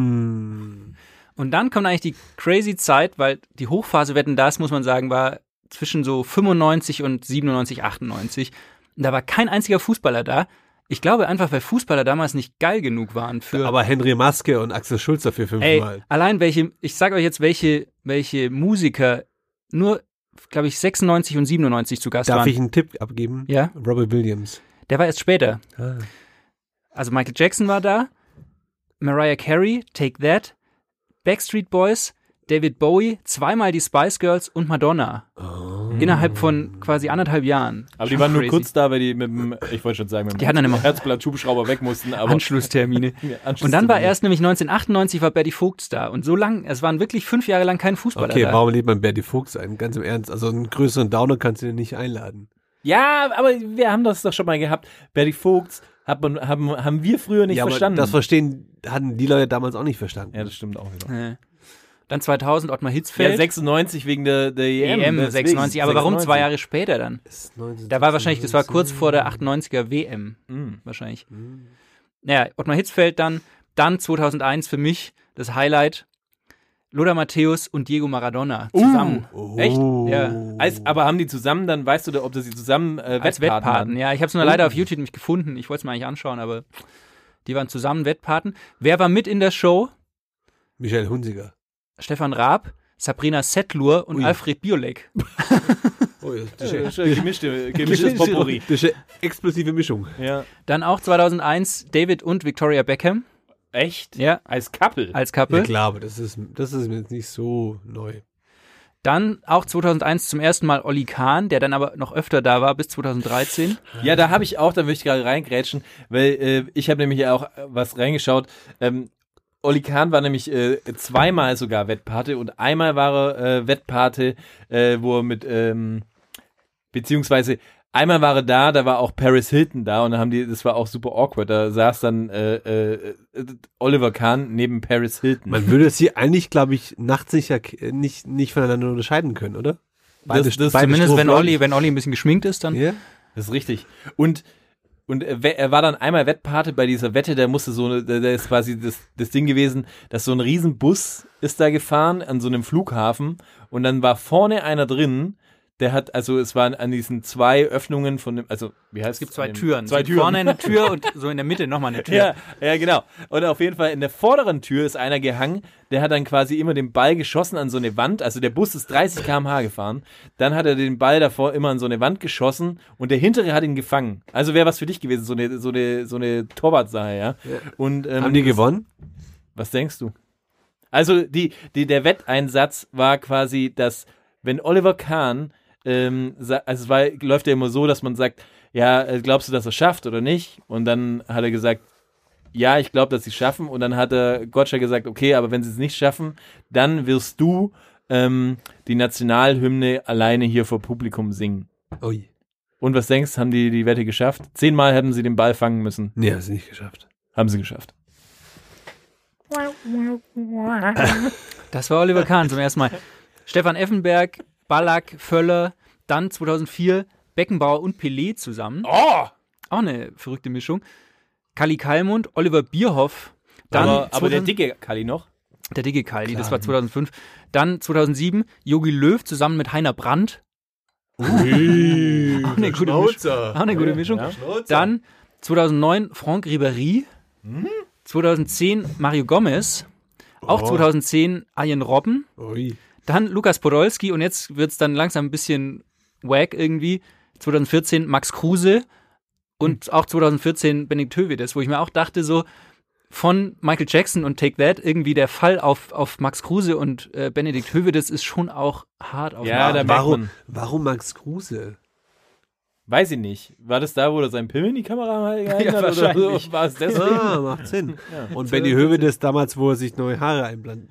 mm. Und dann kommt eigentlich die crazy Zeit, weil die Hochphase Wetten das, muss man sagen, war zwischen so 95 und 97, 98. Und da war kein einziger Fußballer da. Ich glaube einfach, weil Fußballer damals nicht geil genug waren für. Aber Henry Maske und Axel Schulz dafür ey, fünfmal. allein welche, ich sag euch jetzt, welche, welche Musiker nur, glaube ich, 96 und 97 zu Gast Darf waren. ich einen Tipp abgeben? Ja. Robert Williams. Der war erst später. Ah. Also Michael Jackson war da, Mariah Carey, Take That, Backstreet Boys, David Bowie, zweimal die Spice Girls und Madonna. Oh. Innerhalb von quasi anderthalb Jahren. Aber Schon die waren nur crazy. kurz da, weil die mit dem, ich wollte schon sagen, mit Die dem hatten dann immer- Herzblatt-Schubschrauber weg mussten. Aber Anschlusstermine. [laughs] Ja, Anschluss- Und dann war erst nämlich 1998 war Betty Vogt da. Und so lang, es waren wirklich fünf Jahre lang kein Fußballer Okay, da. warum lädt man Bertie Fuchs ein? Ganz im Ernst. Also einen größeren Downer kannst du dir nicht einladen. Ja, aber wir haben das doch schon mal gehabt. Bertie Vogts hat man, haben, haben wir früher nicht ja, verstanden. aber das verstehen hatten die Leute damals auch nicht verstanden. ja, das stimmt auch wieder. Äh. Dann 2000 Ottmar Hitzfeld. Ja, 96 wegen der, der EM. EM deswegen. 96, E aber warum 96? zwei Jahre später dann? Das ist 19, Da war wahrscheinlich, das war kurz vor der 98er WM. Wahrscheinlich. Naja, Ottmar Hitzfeld dann, dann 2001 für mich das Highlight. Lothar Matthäus und Diego Maradona zusammen. Echt? Ja. Als, aber haben die zusammen, dann weißt du, ob das sie zusammen äh, Als Wettpaten Wettpaten. waren? Ja, ich habe es nur leider auf YouTube nicht gefunden. Ich wollte es mir eigentlich anschauen, aber die waren zusammen Wettpaten. Wer war mit in der Show? Michael Hunziger. Stefan Raab, Sabrina Settlur und Alfred Biolek. Oh, das ist Schön, Äh, schön Gemischte, gemischtes [laughs] Potpourri. Das ist eine explosive Mischung. Ja. Dann auch 2001 David und Victoria Beckham Echt? Ja. Als Couple? als Ja, Couple. klar, aber das ist, das ist mir jetzt nicht so neu. Dann auch 2001 zum ersten Mal Olli Kahn, der dann aber noch öfter da war bis 2013. Ja, da habe ich auch, da möchte ich gerade reingrätschen, weil äh, ich habe nämlich auch äh, was reingeschaut. Ähm, Olli Kahn war nämlich äh, zweimal sogar Wettpate und einmal war er äh, Wettpate, äh, wo er mit, ähm, beziehungsweise einmal war er da, da war auch Paris Hilton da und da haben die, das war auch super awkward, da saß dann äh, äh, äh, Oliver Kahn neben Paris Hilton. Man würde sie eigentlich, glaube ich, nachts nicht, erk- äh, nicht, nicht voneinander unterscheiden können, oder? das, das, beide Zumindest wenn Strophen. Olli, wenn Olli ein bisschen geschminkt ist, dann. Ja? das ist richtig. Und und er we- er war dann einmal Wettpate bei dieser Wette, der musste so, eine- der der ist quasi das, das Ding gewesen, dass so ein Riesenbus ist da gefahren an so einem Flughafen und dann war vorne einer drin, der hat, also es waren an diesen zwei Öffnungen von dem, also wie heißt es? Es gibt zwei An dem- Türen. Es Zwei gibt Türen. Vorne eine Tür und so in der Mitte nochmal eine Tür. [laughs] Ja, ja, genau. Und auf jeden Fall in der vorderen Tür ist einer gehangen, der hat dann quasi immer den Ball geschossen an so eine Wand. Also der Bus ist 30 km/h gefahren. Dann hat er den Ball davor immer an so eine Wand geschossen und der hintere hat ihn gefangen. Also wäre was für dich gewesen, so eine, so eine, so eine Torwartsache, ja. Und, ähm, Haben die gewonnen? was denkst du? Also die, die, der Wetteinsatz war quasi, dass wenn Oliver Kahn, ähm, sa- also es war, läuft ja immer so, dass man sagt, ja, äh, glaubst du, dass er schafft oder nicht? Und dann hat er gesagt, ja, ich glaube, dass sie es schaffen. Und dann hat er Gottschalk gesagt, okay, aber wenn sie es nicht schaffen, dann wirst du ähm, die Nationalhymne alleine hier vor Publikum singen. Ui. Und was denkst, haben die die Wette geschafft? Zehnmal hätten sie den Ball fangen müssen. Nee, haben sie nicht geschafft. Haben sie geschafft. Das war Oliver Kahn zum ersten Mal. Stefan Effenberg, Ballack, Völler, dann 2004 Beckenbauer und Pelé zusammen. Oh! Auch eine verrückte Mischung. Kali Kalmund, Oliver Bierhoff. Dann aber, aber der 2000 dicke Kali noch. der dicke Kali, das war 2005. Dann 2007 Jogi Löw zusammen mit Heiner Brandt. auch eine gute Mischung. Auch eine gute Mischung. Dann 2009 Franck Ribéry. 2010 Mario Gomez. Auch 2010 Arjen Robben. Ui. Dann Lukas Podolski und jetzt wird es dann langsam ein bisschen wack irgendwie. 2014 Max Kruse und auch 2014 Benedikt Höwedes, wo ich mir auch dachte, so von Michael Jackson und Take That irgendwie der Fall auf, auf Max Kruse und äh, Benedikt Höwedes ist schon auch hart auf Ja, den da Arm. merkt Warum, man. warum Max Kruse? Weiß ich nicht. War das da, wo er seinen Pimmel in die Kamera [laughs] gehalten Ja, hat? Oder wahrscheinlich. so? War es deswegen? Ah, macht [laughs] Sinn. Und Benny Höwedes damals, wo er sich neue Haare einblendet.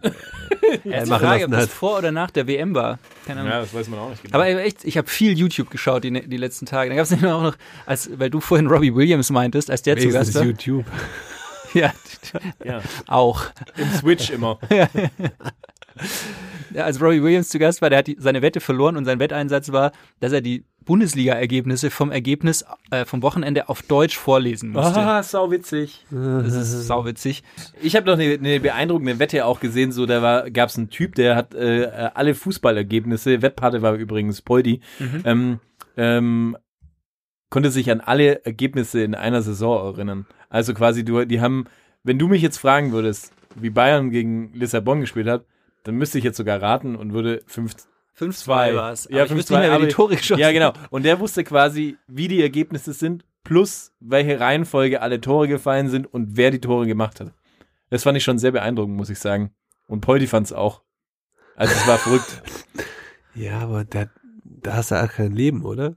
Jetzt die Frage, machen lassen ob das halt. hat. vor oder nach der WM war. Keine Ahnung. das weiß man auch nicht genau. Aber echt, ich habe viel YouTube geschaut die, die letzten Tage. Da [laughs] gab es nämlich auch noch, als, weil du vorhin Robbie Williams meintest, als der zu Gast war. YouTube. [laughs] Ja, [laughs] Ja. auch. Im Switch [laughs] immer. Ja, als Robbie Williams zu Gast war, der hat die, seine Wette verloren und sein Wetteinsatz war, dass er die Bundesliga-Ergebnisse vom Ergebnis äh, vom Wochenende auf Deutsch vorlesen musste. sau witzig. Das ist sauwitzig. Ich habe noch eine, eine beeindruckende Wette auch gesehen. So, da gab es einen Typ, der hat äh, äh, alle Fußballergebnisse, Wettpate war übrigens Poldi, ähm, ähm, konnte sich an alle Ergebnisse in einer Saison erinnern. Also quasi, du, die haben, wenn du mich jetzt fragen würdest, wie Bayern gegen Lissabon gespielt hat, dann müsste ich jetzt sogar raten und würde 5 5-2 war es. Ja, ich wüsste 5-2, nicht mehr, wer aber- die Tore geschossen Ja, genau. Und der wusste quasi, wie die Ergebnisse sind, plus welche Reihenfolge alle Tore gefallen sind und wer die Tore gemacht hat. Das fand ich schon sehr beeindruckend, muss ich sagen. Und Poldi fand es auch. Also es war [laughs] verrückt. Ja, aber da, da hast du auch kein Leben, oder?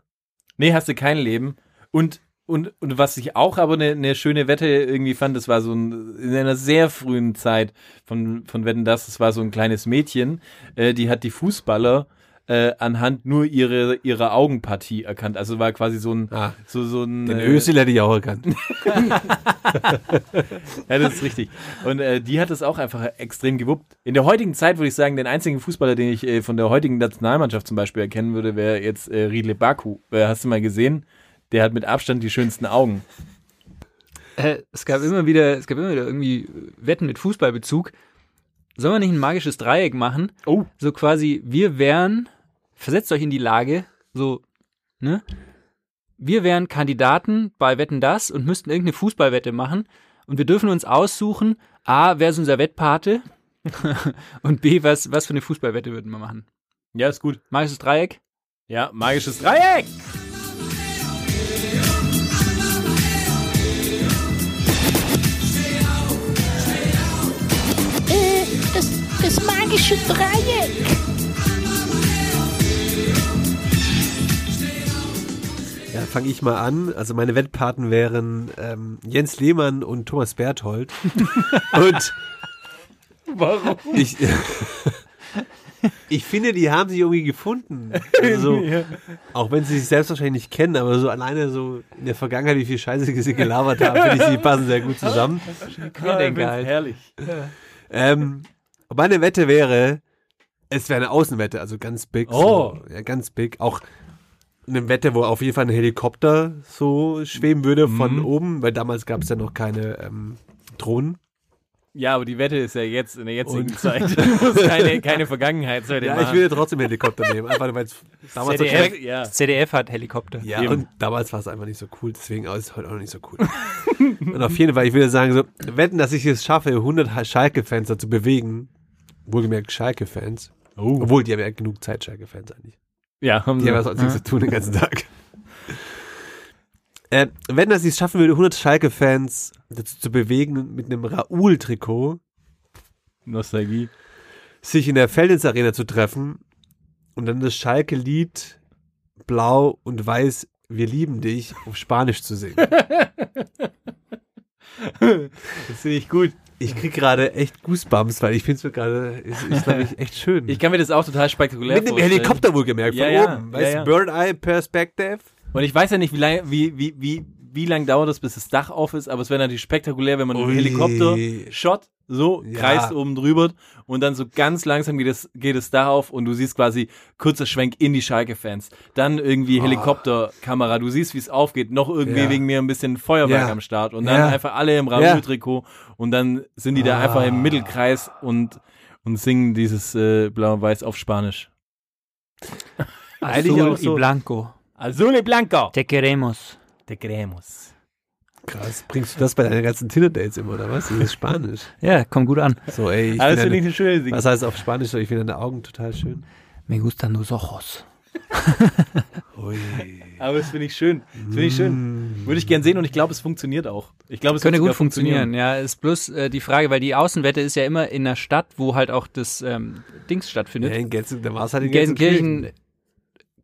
Nee, hast du kein Leben. Und, und, und was ich auch aber eine ne schöne Wette irgendwie fand, das war so ein, in einer sehr frühen Zeit von, von Wetten das, das war so ein kleines Mädchen, äh, die hat die Fußballer äh, anhand nur ihre, ihrer Augenpartie erkannt. Also war quasi so ein, Ah, so, so ein den äh, Özil hätte ich auch erkannt. Ja, das ist richtig. Und äh, die hat es auch einfach extrem gewuppt. In der heutigen Zeit würde ich sagen, den einzigen Fußballer, den ich äh, von der heutigen Nationalmannschaft zum Beispiel erkennen würde, wäre jetzt äh, Ridley Baku. Äh, hast du mal gesehen? Der hat mit Abstand die schönsten Augen. Äh, es gab immer wieder, es gab immer wieder irgendwie Wetten mit Fußballbezug. Sollen wir nicht ein magisches Dreieck machen? Oh. So quasi, wir wären, versetzt euch in die Lage, so, ne? Wir wären Kandidaten bei Wetten das und müssten irgendeine Fußballwette machen und wir dürfen uns aussuchen, A, wer ist unser Wettpate [laughs] und B, was, was für eine Fußballwette würden wir machen? Ja, ist gut. Magisches Dreieck? Ja, magisches Dreieck! Äh, das, das magische Dreieck. [laughs] Ja, fange ich mal an. Also meine Wettpaten wären ähm, Jens Lehmann und Thomas Berthold. und Warum? Ich, Ich finde, die haben sich irgendwie gefunden. Also, so, Auch wenn sie sich selbst wahrscheinlich nicht kennen, aber so alleine so in der Vergangenheit, wie viel Scheiße sie gelabert haben, finde ich, sie passen sehr gut zusammen. Querdenker halt. Herrlich. Ähm, meine Wette wäre, es wäre eine Außenwette, also ganz big. So, ja, ganz big. Auch eine Wette, wo auf jeden Fall ein Helikopter so schweben würde von oben, weil damals gab es ja noch keine ähm, Drohnen. Ja, aber die Wette ist ja jetzt in der jetzigen [laughs] Zeit. Du musst keine, keine Vergangenheit zu Ja, ich würde trotzdem Helikopter nehmen, [laughs] einfach weil es damals so ZDF, schlecht- ja. ZDF hat Helikopter. Ja, und damals war es einfach nicht so cool, deswegen ist es heute auch nicht so cool. [laughs] und auf jeden Fall, ich würde sagen, so, wetten, dass ich es schaffe, 100 Schalke-Fans dazu bewegen, wohlgemerkt Schalke-Fans, obwohl die haben ja genug Zeit, Schalke-Fans eigentlich. Oh. Ja, haben Die haben ja sonst nichts zu tun den ganzen Tag. [laughs] Äh, wenn das es schaffen würde, 100 Schalke-Fans dazu zu bewegen, mit einem Raoul-Trikot Nostalgie. sich in der Feldins Arena zu treffen und dann das Schalke-Lied Blau und Weiß, wir lieben dich, auf Spanisch zu singen. Das finde ich gut. Ich krieg gerade echt Goosebumps, weil ich finde es gerade, ist, ist glaube ich echt schön. Ich kann mir das auch total spektakulär mit dem vorstellen. Helikopter wohlgemerkt, von Ja, ja, oben. ja, Weißt du, ja. Bird Eye Perspective. Und ich weiß ja nicht, wie lange wie, wie, wie, wie lang dauert das, bis das Dach auf ist, aber es wäre natürlich spektakulär, wenn man einen Ui. Helikopter-Shot so Ja. kreist oben drüber und dann so ganz langsam geht das, geht das Dach auf und du siehst quasi kurzer Schwenk in die Schalke-Fans. Dann irgendwie Helikopterkamera, du siehst, wie es aufgeht, noch irgendwie Oh. Ja. wegen mir ein bisschen Feuerwerk Ja. am Start und dann Ja. Ah. einfach alle im Raoul-Trikot und dann sind die da einfach im Mittelkreis und, und singen dieses äh, Blau und Weiß auf Spanisch. Eigentlich Azul auch so- y Blanco. Azul y blanco. Te queremos. Te queremos. Krass, bringst du das bei deinen ganzen Tinder-Dates immer, oder was? Das ist Spanisch. Ja, kommt gut an. So, ey, ich Alles find finde ich deine, eine schöne Sing- was heißt auf Spanisch so? Ich finde deine Augen total schön. Me gustan tus ojos. Ui. Aber das finde ich schön. Das finde ich schön. Würde ich gern sehen und ich glaube, es funktioniert auch. Ich glaube, es Könnte wird gut sogar funktionieren, ja. Ist bloß äh, die Frage, weil die Außenwette ist ja immer in der Stadt, wo halt auch das ähm, Dings Ja, stattfindet. in Gelsen, da war es halt in Gelsenkirchen,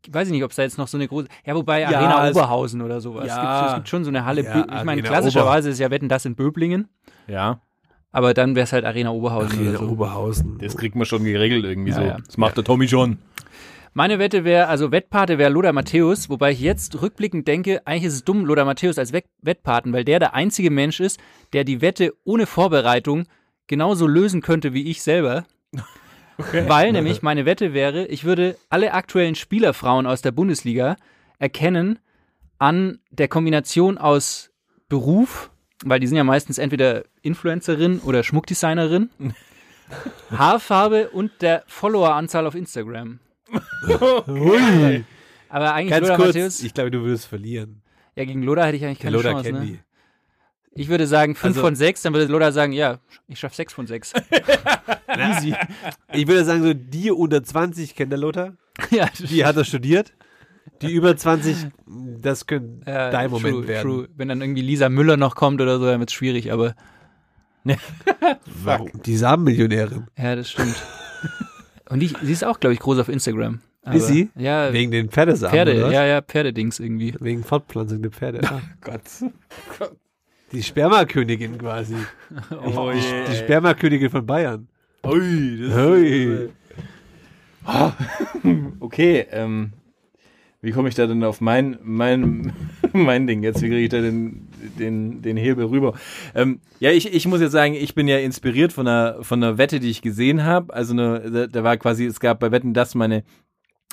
weiß ich nicht, ob es da jetzt noch so eine große. Ja, wobei Arena es- Oberhausen oder sowas. Ja. Es, gibt, es gibt schon so eine Halle. Ja, Bö- ich meine, Arena klassischerweise ist ja Wetten das in Böblingen, Ja, aber dann wäre es halt Arena Oberhausen Gelsenkirchen. oder so. Oberhausen. das kriegt man schon geregelt irgendwie Ja, so. ja. Das macht der Tommy John. Meine Wette wäre, also Wettpate wäre Loda Matthäus, wobei ich jetzt rückblickend denke, eigentlich ist es dumm, Loda Matthäus als Wett Wettpaten, weil der der einzige Mensch ist, der die Wette ohne Vorbereitung genauso lösen könnte wie ich selber. Weil nämlich meine Wette wäre, ich würde alle aktuellen Spielerfrauen aus der Bundesliga erkennen an der Kombination aus Beruf, weil die sind ja meistens entweder Influencerin oder [laughs] Schmuckdesignerin, Haarfarbe und der Followeranzahl auf Instagram. Ui. Aber eigentlich Ganz Loda kurz, Matthäus. ich glaube, du würdest verlieren. ja, gegen Loda hätte ich eigentlich Der keine Loda Chance. kennt Ne? Ich würde sagen 5 Also- von 6, dann würde Loda sagen, ja, ich schaffe 6 von [laughs] 6. die. Ich würde sagen, so die unter 20 kennt der Lothar. ja, Die hat er studiert. Die über 20, das könnte ja, dein Moment Äh, true, werden. True. Wenn dann irgendwie Lisa Müller noch kommt oder so, dann wird es schwierig, aber Warum? Die Samenmillionärin. ja, das stimmt. [laughs] Und die, sie ist auch, glaube ich, groß auf Instagram. Aber, Ist sie? Ja, Wegen Äh, den Pferdesamen, Pferde, oder? ja, ja, Pferdedings irgendwie. Wegen Fortpflanzung der Pferde. Ach Gott. Die Spermakönigin quasi. Oh, Die Spermakönigin von Bayern. Ui, das Ui. okay, ähm, wie komme ich da denn auf mein, mein, [laughs] mein Ding jetzt? Wie kriege ich da den, den, den Hebel rüber? Ähm, ja, ich, ich muss jetzt sagen, ich bin ja inspiriert von einer, von einer Wette, die ich gesehen habe. Also eine, da, da war quasi, es gab bei Wetten das meine,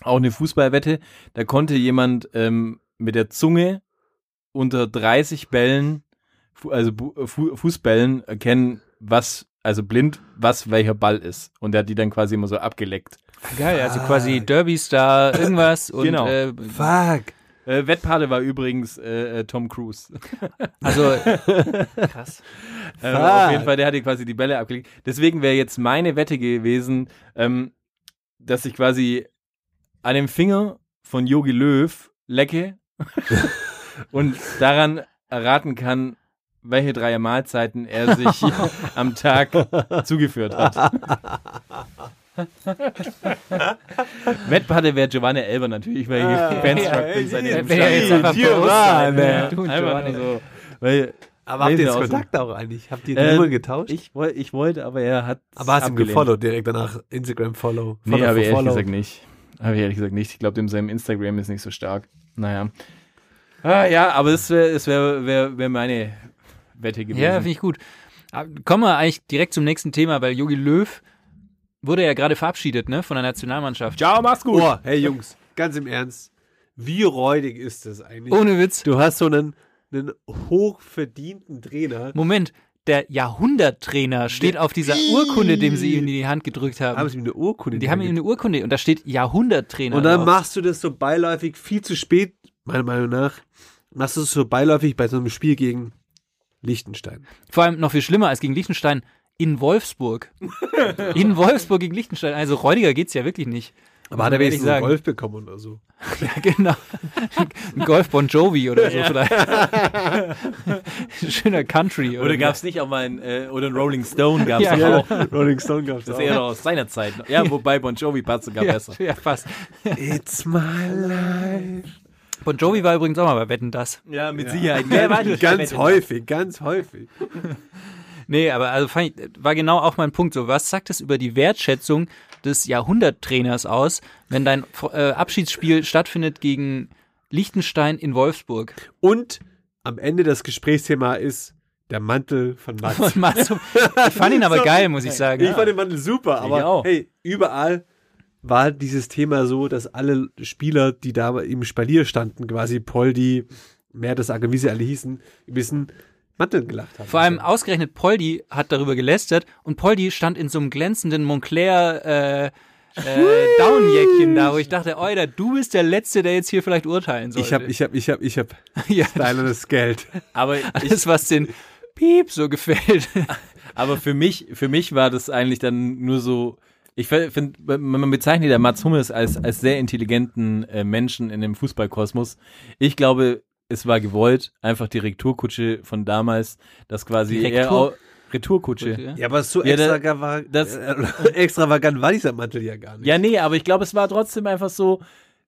auch eine Fußballwette. Da konnte jemand ähm, mit der Zunge unter 30 Bällen, Fu- also Bu- äh, Fu- Fußbällen erkennen, was, also blind, was welcher Ball ist. Und der hat die dann quasi immer so abgeleckt. Geil, also quasi [laughs] Derby-Star, irgendwas und Genau. äh, Fuck. Äh, Wettpate war übrigens äh, äh, Tom Cruise. [laughs] also Ähm, Fuck. auf jeden Fall, der hatte quasi die Bälle abgelegt. Deswegen wäre jetzt meine Wette gewesen, ähm, dass ich quasi an dem Finger von Yogi Löw lecke und daran erraten kann, welche drei Mahlzeiten er sich [laughs] am Tag zugeführt hat. Wettpate wäre Giovanni Elber natürlich, weil Ah. ich Fanstruck bin seit wenn diesem er jetzt Stadion. einfach bewusst sein, Giovanni. ja, du und Einfach nur Giovanni. so. Weil Aber habt Lesen ihr jetzt aus dem- Kontakt auch eigentlich? Habt ihr die Äh, Nummer getauscht? Ich, woll, ich wollte, aber er hat. aber hast ihm abgelehnt. gefollowt direkt danach? Instagram-Follow. Nee, habe ich ehrlich gesagt nicht. Habe ich ehrlich gesagt nicht. Ich glaube, dem seinem Instagram ist nicht so stark. Naja. Ah, ja, aber es wäre es wär, wär, wär meine Wette gewesen. Ja, finde ich gut. Aber Kommen wir eigentlich direkt zum nächsten Thema, weil Jogi Löw wurde ja gerade verabschiedet, ne, von der Nationalmannschaft. Ciao, mach's gut. Oh, hey Jungs, ganz im Ernst. Wie räudig ist das eigentlich? Ohne Witz. du hast so einen, einen hochverdienten Trainer. Moment, der Jahrhunderttrainer steht auf dieser Urkunde, dem sie ihm in die Hand gedrückt Haben haben. sie ihm eine Urkunde Die haben ihm eine Urkunde und da steht Jahrhunderttrainer. Und dann drauf. machst du das so beiläufig viel zu spät, meiner Meinung nach. Machst du es so beiläufig bei so einem Spiel gegen Liechtenstein. Vor allem noch viel schlimmer als gegen Liechtenstein in Wolfsburg. in Wolfsburg gegen Liechtenstein. Also räudiger geht's ja wirklich nicht. Aber Muss man hat er ehrlich wenigstens einen sagen. Golf bekommen oder [laughs] so. Ja, [laughs] genau. Ein Golf Bon Jovi oder [laughs] so vielleicht. Schöner Country. Oder gab es nicht auch mal ein, äh, oder ein Rolling Stone gab es Ja. ja. auch. Rolling Stone gab's Das ist eher noch aus seiner Zeit. noch. Ja, wobei Bon Jovi passt [laughs] sogar ja, besser. ja, fast. It's my life. Bon Jovi war übrigens auch mal bei Wetten, das. Ja, mit Sicherheit. Wer war die Ganz häufig, ganz häufig. Nee, aber also fand ich, war genau auch mein Punkt. So, was sagt es über die Wertschätzung des Jahrhunderttrainers aus, wenn dein äh, Abschiedsspiel stattfindet gegen Liechtenstein in Wolfsburg? Und am Ende das Gesprächsthema ist der Mantel von [laughs] Mats. [laughs] Und Mats, ich fand ihn aber geil, muss ich sagen. Ich fand den Mantel super, Ich aber auch. hey, überall war dieses Thema so, dass alle Spieler, die da im Spalier standen, quasi Poldi, Mertes, Acker, wie sie alle hießen, ein bisschen Mantel gelacht haben. Vor allem ausgerechnet Poldi hat darüber gelästert und Poldi stand in so einem glänzenden Moncler äh, äh, Downjäckchen da, wo ich dachte, Euder, du bist der Letzte, der jetzt hier vielleicht urteilen soll. ich hab, ich hab, ich hab, ich [laughs] hab ja, steilernes Geld. Aber alles, was den Piep so gefällt. Aber für mich, für mich war das eigentlich dann nur so. Ich finde, man bezeichnet ja Mats Hummels als, als sehr intelligenten äh, Menschen in dem Fußballkosmos. Ich glaube, es war gewollt, einfach die Retourkutsche von damals, dass quasi Die er Rektur- auch, Retourkutsche. Ja. Ja, aber so Ja, da- extravagan, das- äh, [laughs] extravagant war dieser Mantel ja gar nicht. nee, aber ich glaube, es war trotzdem einfach so,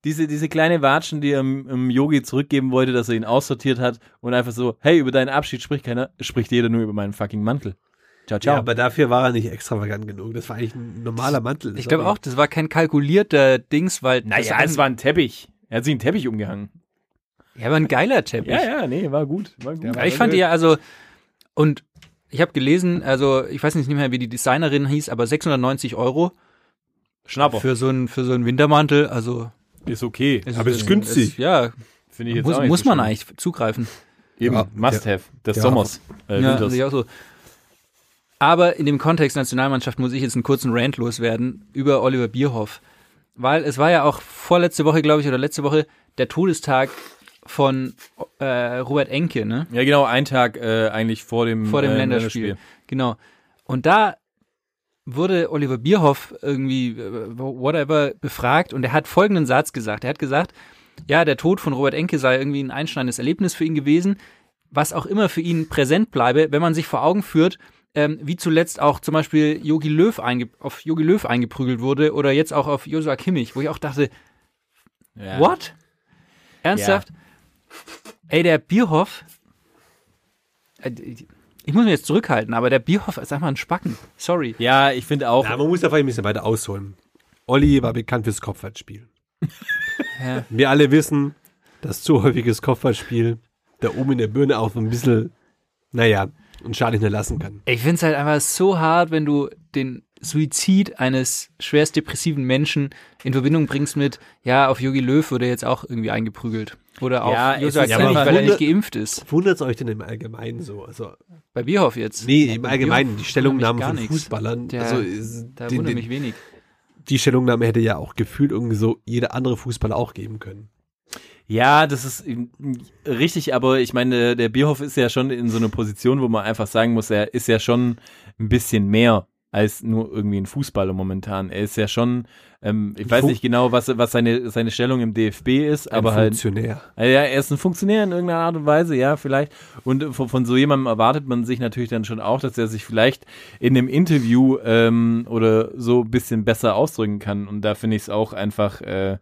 diese, diese kleine Watschen, die er im im Yogi zurückgeben wollte, dass er ihn aussortiert hat und einfach so, hey, über deinen Abschied spricht keiner, spricht jeder nur über meinen fucking Mantel. Ciao, ciao. Ja, aber dafür war er nicht extravagant genug. Das war eigentlich ein normaler Mantel. Das Ich glaube war- auch, das war kein kalkulierter Dings, weil das naja, ein- es war ein Teppich. Er hat sich einen Teppich umgehangen. ja, aber ein geiler Teppich. Ja, ja, nee, war gut. War gut. Ja, ich fand die ja also und ich habe gelesen, also ich weiß nicht mehr, wie die Designerin hieß, aber 690 Euro Schnapper. für so einen für so einen Wintermantel, also ist okay. Aber es ist günstig. Ist, ja, Finde ich jetzt muss, auch nicht muss so man schlimm. eigentlich zugreifen. Eben, Ja. must have. Des Ja. Sommers. Äh, Ja, Winters. sehe ich auch so. Aber in dem Kontext Nationalmannschaft muss ich jetzt einen kurzen Rant loswerden über Oliver Bierhoff. Weil es war ja auch vorletzte Woche, glaube ich, oder letzte Woche der Todestag von äh, Robert Enke, ne? ja, genau, ein Tag äh, eigentlich vor dem, vor dem äh, Länderspiel. Genau. Und da wurde Oliver Bierhoff irgendwie, äh, whatever, befragt und er hat folgenden Satz gesagt. Er hat gesagt, ja, der Tod von Robert Enke sei irgendwie ein einschneidendes Erlebnis für ihn gewesen, was auch immer für ihn präsent bleibe, wenn man sich vor Augen führt, ähm, wie zuletzt auch zum Beispiel Jogi Löw einge auf Jogi Löw eingeprügelt wurde oder jetzt auch auf Joshua Kimmich, wo ich auch dachte, Ja. What? Ernsthaft? Ey, der Bierhoff. Äh, Ich muss mich jetzt zurückhalten, aber der Bierhoff ist einfach ein Spacken. Sorry. Ja, ich finde auch. Ja, man muss da vielleicht ein bisschen weiter ausholen. Olli war bekannt fürs Kopfballspiel. [laughs] Ja. Wir alle wissen, dass zu häufiges Kopfballspiel da oben in der Birne auch ein bisschen, naja, und Schaden hinterlassen kann. Ich finde es halt einfach so hart, wenn du den Suizid eines schwerst depressiven Menschen in Verbindung bringst mit, ja, auf Jogi Löw wurde jetzt auch irgendwie eingeprügelt. Oder auf Ja, ja, es Joshua ist ja Kimmich, aber weil er Wunder- nicht geimpft ist. Wundert es euch denn im Allgemeinen so? Also, Bei Bierhoff jetzt. nee, im Allgemeinen, Bierhoff die Stellungnahmen wundert von mich gar nichts. Fußballern, Der- also ist- Da die, wundert die, mich wenig. die Stellungnahme hätte ja auch gefühlt irgendwie so jeder andere Fußballer auch geben können. Ja, das ist ähm, richtig, aber ich meine, der, der Bierhoff ist ja schon in so einer Position, wo man einfach sagen muss, er ist ja schon ein bisschen mehr als nur irgendwie ein Fußballer momentan. Er ist ja schon, ähm, ich weiß Fu- nicht genau, was, was seine, seine Stellung im DFB ist, Ein aber halt Funktionär. Also ja, er ist ein Funktionär in irgendeiner Art und Weise, ja, vielleicht. Und äh, von, von so jemandem erwartet man sich natürlich dann schon auch, dass er sich vielleicht in einem Interview ähm, oder so ein bisschen besser ausdrücken kann. Und da finde ich es auch einfach, äh,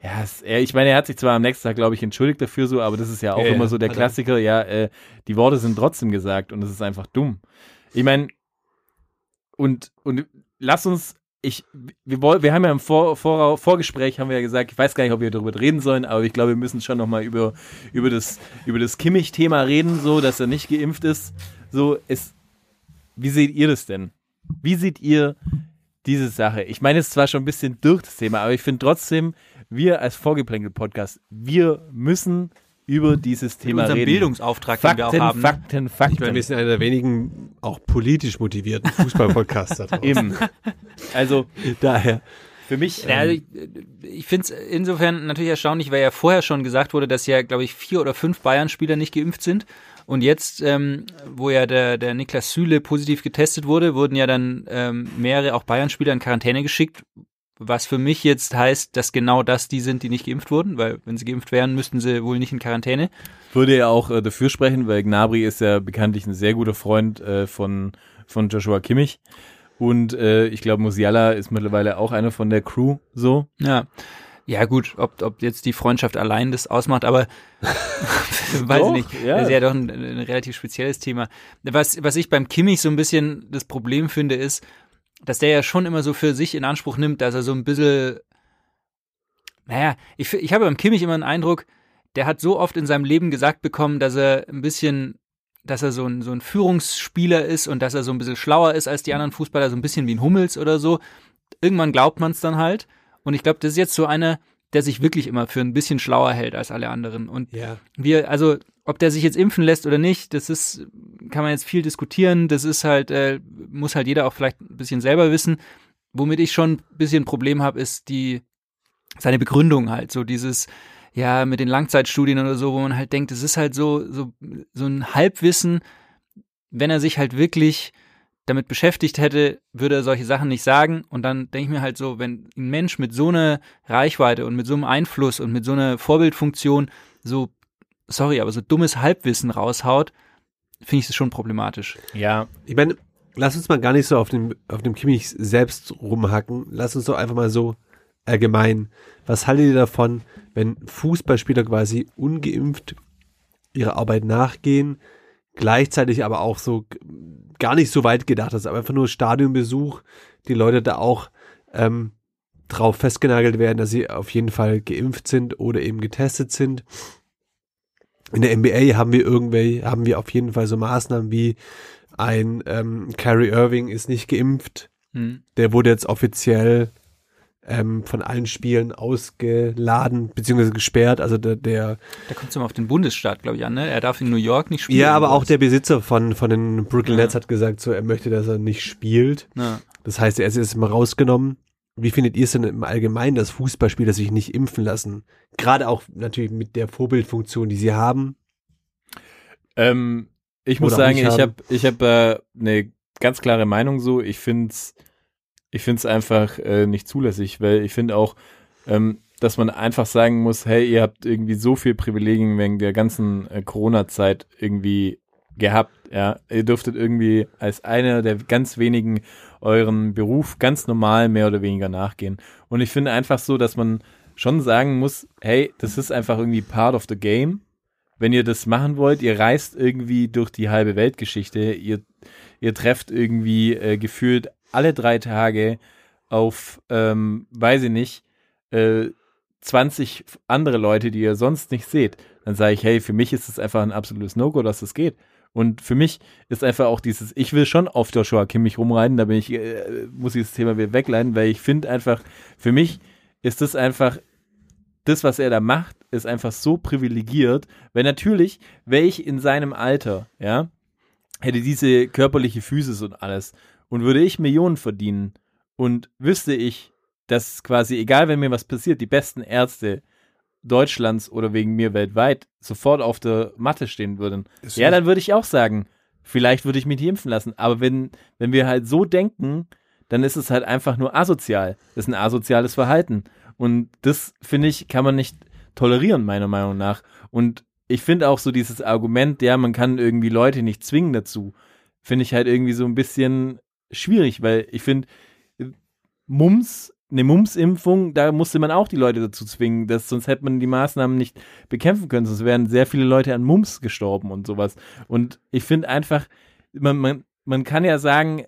Ja, es, er, ich meine, er hat sich zwar am nächsten Tag, glaube ich, entschuldigt dafür so, aber das ist ja auch Ja, ja, immer so der hat er. Klassiker, ja, äh, die Worte sind trotzdem gesagt und es ist einfach dumm. Ich meine, und, und lass uns, ich, wir, woll- wir haben ja im Vor, Vorau- Vorgespräch, haben wir ja gesagt, ich weiß gar nicht, ob wir darüber reden sollen, aber ich glaube, wir müssen schon nochmal über, über das, über das Kimmich-Thema reden, so, dass er nicht geimpft ist. So, es, wie seht ihr das denn? Wie seht ihr diese Sache? Ich meine, es ist zwar schon ein bisschen durch das Thema, aber ich finde trotzdem, wir als Vorgeplänkel-Podcast, wir müssen über dieses Thema unserem reden. Bildungsauftrag, Fakten, den wir auch haben. ne? Fakten, Fakten. Ich meine, wir sind einer der wenigen auch politisch motivierten [laughs] Fußball-Podcasts da [laughs] draußen. Eben. Also, Daher. für mich. Ja, also ähm, ich ich finde es insofern natürlich erstaunlich, weil ja vorher schon gesagt wurde, dass ja, glaube ich, vier oder fünf Bayern-Spieler nicht geimpft sind. Und jetzt, ähm, wo ja der, der Niklas Süle positiv getestet wurde, wurden ja dann ähm, mehrere auch Bayern-Spieler in Quarantäne geschickt, was für mich jetzt heißt, dass genau das die sind, die nicht geimpft wurden, weil wenn sie geimpft wären, müssten sie wohl nicht in Quarantäne. würde ja auch äh, dafür sprechen, weil Gnabry ist ja bekanntlich ein sehr guter Freund äh, von, von Joshua Kimmich. Und äh, ich glaube, Musiala ist mittlerweile auch einer von der Crew so. Ja. Ja, gut, ob, ob jetzt die Freundschaft allein das [laughs] ausmacht, aber weiß Doch, ich nicht. ja. Das ist ja doch ein, ein relativ spezielles Thema. Was, was ich beim Kimmich so ein bisschen das Problem finde, ist, dass der ja schon immer so für sich in Anspruch nimmt, dass er so ein bisschen, naja, ich, fi- ich habe beim Kimmich immer den Eindruck, der hat so oft in seinem Leben gesagt bekommen, dass er ein bisschen, dass er so ein, so ein Führungsspieler ist und dass er so ein bisschen schlauer ist als die anderen Fußballer, so ein bisschen wie ein Hummels oder so. Irgendwann glaubt man es dann halt. Und ich glaube, das ist jetzt so einer, der sich wirklich immer für ein bisschen schlauer hält als alle anderen. Und Ja. wir, also ob der sich jetzt impfen lässt oder nicht, das ist, kann man jetzt viel diskutieren. Das ist halt, äh, muss halt jeder auch vielleicht ein bisschen selber wissen. Womit ich schon ein bisschen ein Problem habe, ist die, seine Begründung halt, so dieses, ja, mit den Langzeitstudien oder so, wo man halt denkt, es ist halt so, so, so ein Halbwissen, wenn er sich halt wirklich damit beschäftigt hätte, würde er solche Sachen nicht sagen. Und dann denke ich mir halt so, wenn ein Mensch mit so einer Reichweite und mit so einem Einfluss und mit so einer Vorbildfunktion so, sorry, aber so dummes Halbwissen raushaut, finde ich das schon problematisch. Ja. Ich meine, lass uns mal gar nicht so auf dem, auf dem Kimmich selbst rumhacken. Lass uns doch einfach mal so allgemein. Was haltet ihr davon, wenn Fußballspieler quasi ungeimpft ihrer Arbeit nachgehen, gleichzeitig aber auch so g- gar nicht so weit gedacht ist, aber einfach nur Stadionbesuch, die Leute da auch ähm, drauf festgenagelt werden, dass sie auf jeden Fall geimpft sind oder eben getestet sind. In der NBA haben wir irgendwelche, haben wir auf jeden Fall so Maßnahmen wie ein ähm, Kyrie Irving ist nicht geimpft. Der wurde jetzt offiziell ähm, von allen Spielen ausgeladen bzw. gesperrt. Also der, der Da kommt es immer auf den Bundesstaat, glaube ich, an, ne? Er darf in New York nicht spielen. ja, aber auch der. der Besitzer von von den Brooklyn Ja. Nets hat gesagt, so er möchte, dass er nicht spielt. Das heißt, er ist jetzt mal rausgenommen. Wie findet ihr es denn im Allgemeinen, dass Fußballspieler sich nicht impfen lassen? Gerade auch natürlich mit der Vorbildfunktion, die sie haben. Ähm, ich muss Oder auch sagen, nicht ich haben. habe ich hab, äh, eine ganz klare Meinung so. Ich finde es ich find's einfach äh, nicht zulässig, weil ich finde auch, ähm, dass man einfach sagen muss, hey, ihr habt irgendwie so viel Privilegien wegen der ganzen äh, Corona-Zeit irgendwie gehabt. Ja, ihr dürftet irgendwie als einer der ganz wenigen euren Beruf ganz normal mehr oder weniger nachgehen. Und ich finde einfach so, dass man schon sagen muss, hey, das ist einfach irgendwie part of the game. Wenn ihr das machen wollt, ihr reist irgendwie durch die halbe Weltgeschichte, ihr, ihr trefft irgendwie äh, gefühlt alle drei Tage auf, ähm, weiß ich nicht, äh, 20 andere Leute, die ihr sonst nicht seht. Dann sage ich, hey, für mich ist es einfach ein absolutes No-Go, dass das geht. Und für mich ist einfach auch dieses, ich will schon auf Joshua Kimmich rumreiten, da bin ich, äh, muss ich das Thema wieder wegleiten, weil ich finde einfach, für mich ist das einfach, das, was er da macht, ist einfach so privilegiert, weil natürlich, wäre ich in seinem Alter, ja, hätte diese körperliche Physis und alles und würde ich Millionen verdienen und wüsste ich, dass quasi, egal wenn mir was passiert, die besten Ärzte Deutschlands oder wegen mir weltweit sofort auf der Matte stehen würden. Ja, dann würde ich auch sagen, vielleicht würde ich mich nicht impfen lassen. Aber wenn, wenn wir halt so denken, dann ist es halt einfach nur asozial. Das ist ein asoziales Verhalten. Und das, finde ich, kann man nicht tolerieren, meiner Meinung nach. Und ich finde auch so dieses Argument, ja, man kann irgendwie Leute nicht zwingen dazu, finde ich halt irgendwie so ein bisschen schwierig, weil ich finde, Mums eine Mumps-Impfung, da musste man auch die Leute dazu zwingen, dass, sonst hätte man die Maßnahmen nicht bekämpfen können, sonst wären sehr viele Leute an Mumps gestorben und sowas. Und ich finde einfach, man, man, man kann ja sagen,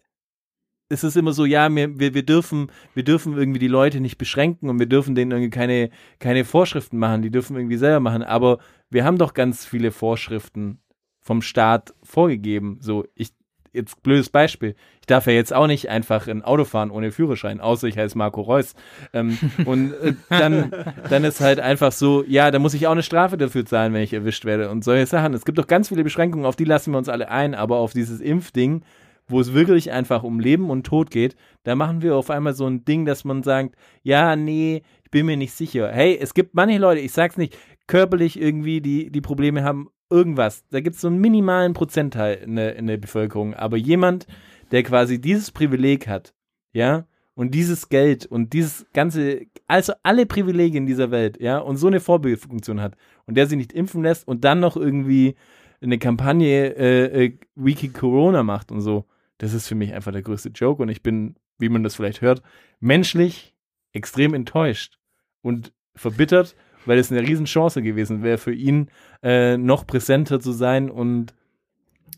es ist immer so, ja, wir, wir, wir dürfen, wir dürfen irgendwie die Leute nicht beschränken und wir dürfen denen irgendwie keine, keine Vorschriften machen, die dürfen irgendwie selber machen, aber wir haben doch ganz viele Vorschriften vom Staat vorgegeben. So, ich, jetzt blödes Beispiel. Ich darf ja jetzt auch nicht einfach ein Auto fahren ohne Führerschein, außer ich heiße Marco Reus. Ähm, und äh, dann, dann ist halt einfach so, ja, da muss ich auch eine Strafe dafür zahlen, wenn ich erwischt werde und solche Sachen. Es gibt doch ganz viele Beschränkungen, auf die lassen wir uns alle ein, aber auf dieses Impfding, wo es wirklich einfach um Leben und Tod geht, da machen wir auf einmal so ein Ding, dass man sagt, ja, nee, ich bin mir nicht sicher. Hey, es gibt manche Leute, ich sag's nicht, körperlich irgendwie, die, die Probleme haben, irgendwas. Da gibt's so einen minimalen Prozentteil in der, in der Bevölkerung. Aber jemand, der quasi dieses Privileg hat, ja, und dieses Geld und dieses ganze, also alle Privilegien dieser Welt, ja, und so eine Vorbildfunktion hat und der sich nicht impfen lässt und dann noch irgendwie eine Kampagne äh, äh, Wiki Corona macht und so, das ist für mich einfach der größte Joke und ich bin, wie man das vielleicht hört, menschlich extrem enttäuscht und verbittert, weil es eine Riesenchance gewesen wäre für ihn, äh, noch präsenter zu sein und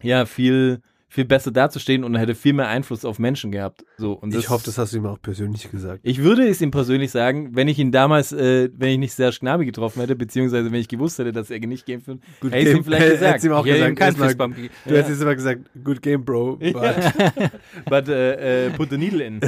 ja, viel, viel besser dazustehen und hätte viel mehr Einfluss auf Menschen gehabt. So, und das, Ich hoffe, das hast du ihm auch persönlich gesagt. ich würde es ihm persönlich sagen, wenn ich ihn damals, äh, wenn ich nicht Serge Gnabry getroffen hätte, beziehungsweise wenn ich gewusst hätte, dass er nicht geimpft wird, hätte ich es ihm vielleicht gesagt. Hättest ihm auch Ich hätte ihm gesagt, keinen erstmal- Fistbump gegeben. Du hättest jetzt immer gesagt, good game, bro. [laughs] but- But äh, äh, put the needle [laughs] in.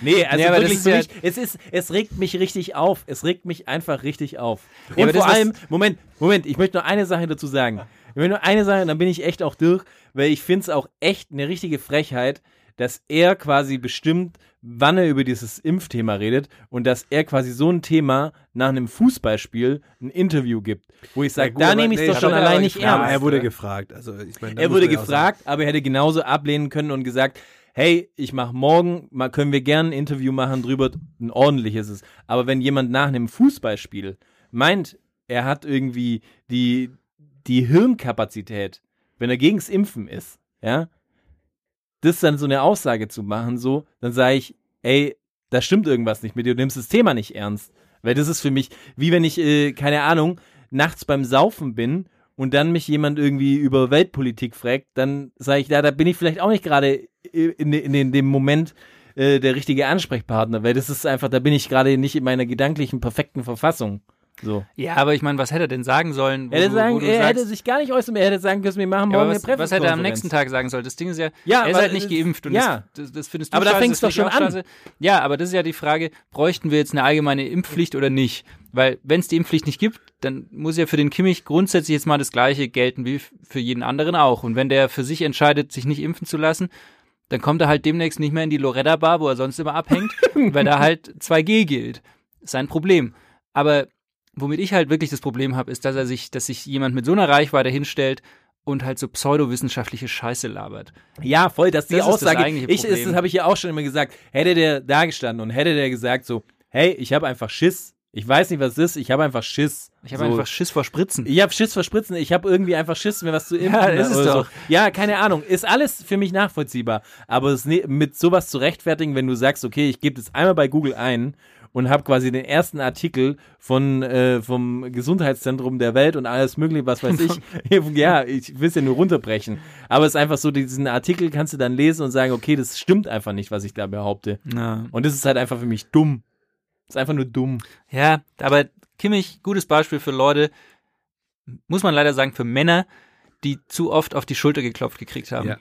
nee, also Nee, aber das wirklich ist für ja- mich, es ist, es regt mich richtig auf. Es regt mich einfach richtig auf. Und Ja, aber das vor ist- allem, Moment, Moment, ich möchte nur eine Sache dazu sagen. Ich möchte nur eine Sache, dann bin ich echt auch durch, weil ich finde es auch echt eine richtige Frechheit, dass er quasi bestimmt, wann er über dieses Impfthema redet und dass er quasi so ein Thema nach einem Fußballspiel ein Interview gibt, wo ich sage, gut, da aber- nehme ich es nee, doch schon aber- allein nicht Ja, aber ernst. er wurde gefragt. Also, ich meine, da Er muss wurde man ja auch gefragt, aber er hätte genauso ablehnen können und gesagt, hey, ich mache morgen, mal können wir gerne ein Interview machen drüber, ein ordentliches ist. es. Aber wenn jemand nach einem Fußballspiel meint, er hat irgendwie die, die Hirnkapazität, wenn er gegens Impfen ist, ja, das dann so eine Aussage zu machen, so, dann sage ich, ey, da stimmt irgendwas nicht mit dir, du nimmst das Thema nicht ernst. Weil das ist für mich, wie wenn ich, äh, keine Ahnung, nachts beim Saufen bin und dann mich jemand irgendwie über Weltpolitik fragt, dann sage ich, ja, da bin ich vielleicht auch nicht gerade äh, in, in, in dem Moment äh, der richtige Ansprechpartner, weil das ist einfach, da bin ich gerade nicht in meiner gedanklichen perfekten Verfassung. So. Ja, aber ich meine, was hätte er denn sagen sollen? wo Er hätte, du- wo sagen, du er sagst- hätte sich gar nicht äußern, er hätte sagen können, wir machen Ja, morgen aber eine was, was hätte er am Pressekonferenz. nächsten Tag sagen sollen? Das Ding ist ja, Ja, er ist aber halt nicht das- geimpft und ja. das, das, das findest du Aber da scheiße, fängt's doch das finde schon ich auch an. scheiße. Ja, aber das ist ja die Frage, bräuchten wir jetzt eine allgemeine Impfpflicht oder nicht? Weil wenn es die Impfpflicht nicht gibt, dann muss ja für den Kimmich grundsätzlich jetzt mal das Gleiche gelten wie f- für jeden anderen auch. Und wenn der für sich entscheidet, sich nicht impfen zu lassen, dann kommt er halt demnächst nicht mehr in die Loretta-Bar, wo er sonst immer [laughs] abhängt, weil da halt 2G gilt. Sein Problem. Aber womit ich halt wirklich das Problem habe, ist, dass er sich, dass sich jemand mit so einer Reichweite hinstellt und halt so pseudowissenschaftliche Scheiße labert. Ja, voll, dass die Das ist das Aussage, eigentliche ich, das, Problem. das habe ich ja auch schon immer gesagt, hätte der da gestanden und hätte der gesagt so, hey, ich habe einfach Schiss, ich weiß nicht, was es ist, ich habe einfach Schiss. Ich habe so, einfach Schiss vor Spritzen. ich habe Schiss vor Spritzen, ich habe irgendwie einfach Schiss, mir was zu impfen. Ja, ist es oder doch. So. Ja, keine Ahnung, ist alles für mich nachvollziehbar, aber es ne, mit sowas zu rechtfertigen, wenn du sagst, okay, ich gebe das einmal bei Google ein und habe quasi den ersten Artikel von äh, vom Gesundheitszentrum der Welt und alles mögliche, was weiß [laughs] ich. [laughs] ja, ich will es ja nur runterbrechen, aber es ist einfach so, diesen Artikel kannst du dann lesen und sagen, okay, das stimmt einfach nicht, was ich da behaupte. Ja. Und das ist halt einfach für mich dumm. Ist einfach nur dumm. ja, aber Kimmich, gutes Beispiel für Leute, muss man leider sagen, für Männer, die zu oft auf die Schulter geklopft gekriegt haben. Ja.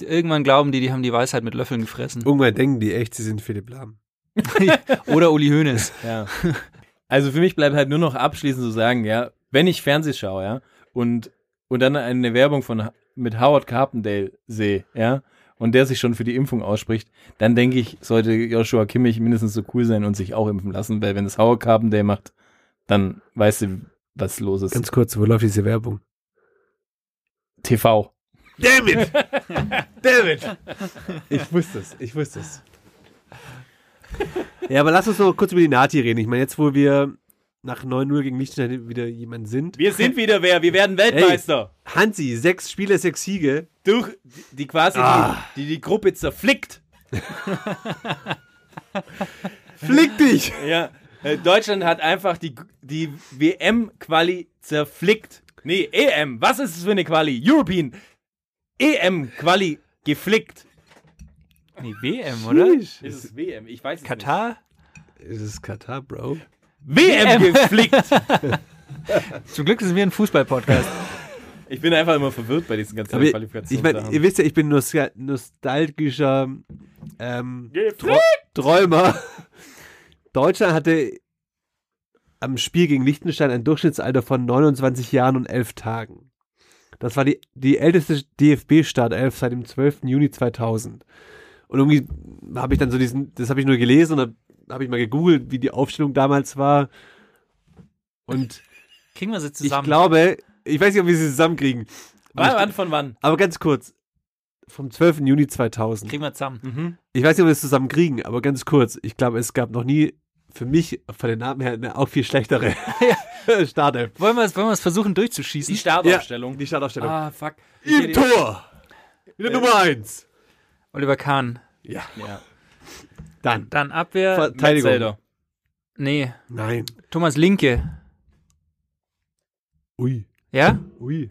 Irgendwann glauben die, die haben die Weisheit mit Löffeln gefressen. Sagen. Irgendwann denken die echt, sie sind Philipp Lahm. [laughs] Oder Uli Hoeneß. Ja. [laughs] Also für mich bleibt halt nur noch abschließend zu sagen, ja, wenn ich Fernseh schaue, ja, und, und dann eine Werbung von mit Howard Carpendale sehe, ja, und der sich schon für die Impfung ausspricht, dann denke ich, sollte Joshua Kimmich mindestens so cool sein und sich auch impfen lassen, weil wenn es Howard Carpendale macht, dann weißt du, was los ist. Ganz kurz, wo läuft diese Werbung? TV. Damn [laughs] it! Damn it! Ich wusste es, ich wusste es. Ja, aber lass uns noch kurz über die Nati reden. Ich meine, jetzt, wo wir nach 9-0 gegen Liechtenstein wieder jemand sind. Wir sind wieder wer, wir werden Weltmeister. Hansi, sechs Spiele, sechs Siege. Durch die quasi die, die, die Gruppe zerflickt. Flick dich! Ja, äh, Deutschland hat einfach die, die WM-Quali zerflickt. Nee, E EM. Was ist es für eine Quali? European EM-Quali geflickt. Nee, WM, oder? Ist es WM? Ich weiß es Katar? Ist es Katar, Bro? nicht. WM geflickt. Zum Glück sind wir ein Fußball-Podcast. [laughs] Ich bin einfach immer verwirrt bei diesen ganzen Aber ich meine, ihr Qualifikationssachen. wisst ja, ich bin nostal nostalgischer ähm, Tro Träumer. [laughs] Deutschland hatte am Spiel gegen Liechtenstein ein Durchschnittsalter von 29 Jahren und 11 Tagen. Das war die, die älteste DFB-Startelf seit dem 12. Juni 2000. Und irgendwie habe ich dann so diesen, das habe ich nur gelesen und dann habe ich mal gegoogelt, wie die Aufstellung damals war. Und Kriegen wir sie ich zusammen? glaube, ich weiß nicht, ob wir sie zusammenkriegen. Aber ich- Wann, wann von wann? aber ganz kurz. Vom 12. Juni 2000. Kriegen wir zusammen. Ich weiß nicht, ob wir es zusammen kriegen, aber ganz kurz. Ich glaube, es gab noch nie für mich von den Namen her eine auch viel schlechtere [laughs] Startelf. Wollen wir es wollen wir es versuchen durchzuschießen? Die Startaufstellung. Die Startaufstellung. Ah, fuck. Im Tor! Wieder Nummer 1. Oliver Kahn. Dann. Dann Abwehr. Verteidigung. Metzelder. nee, Nein. Thomas Linke. Ui. Ja? Ui.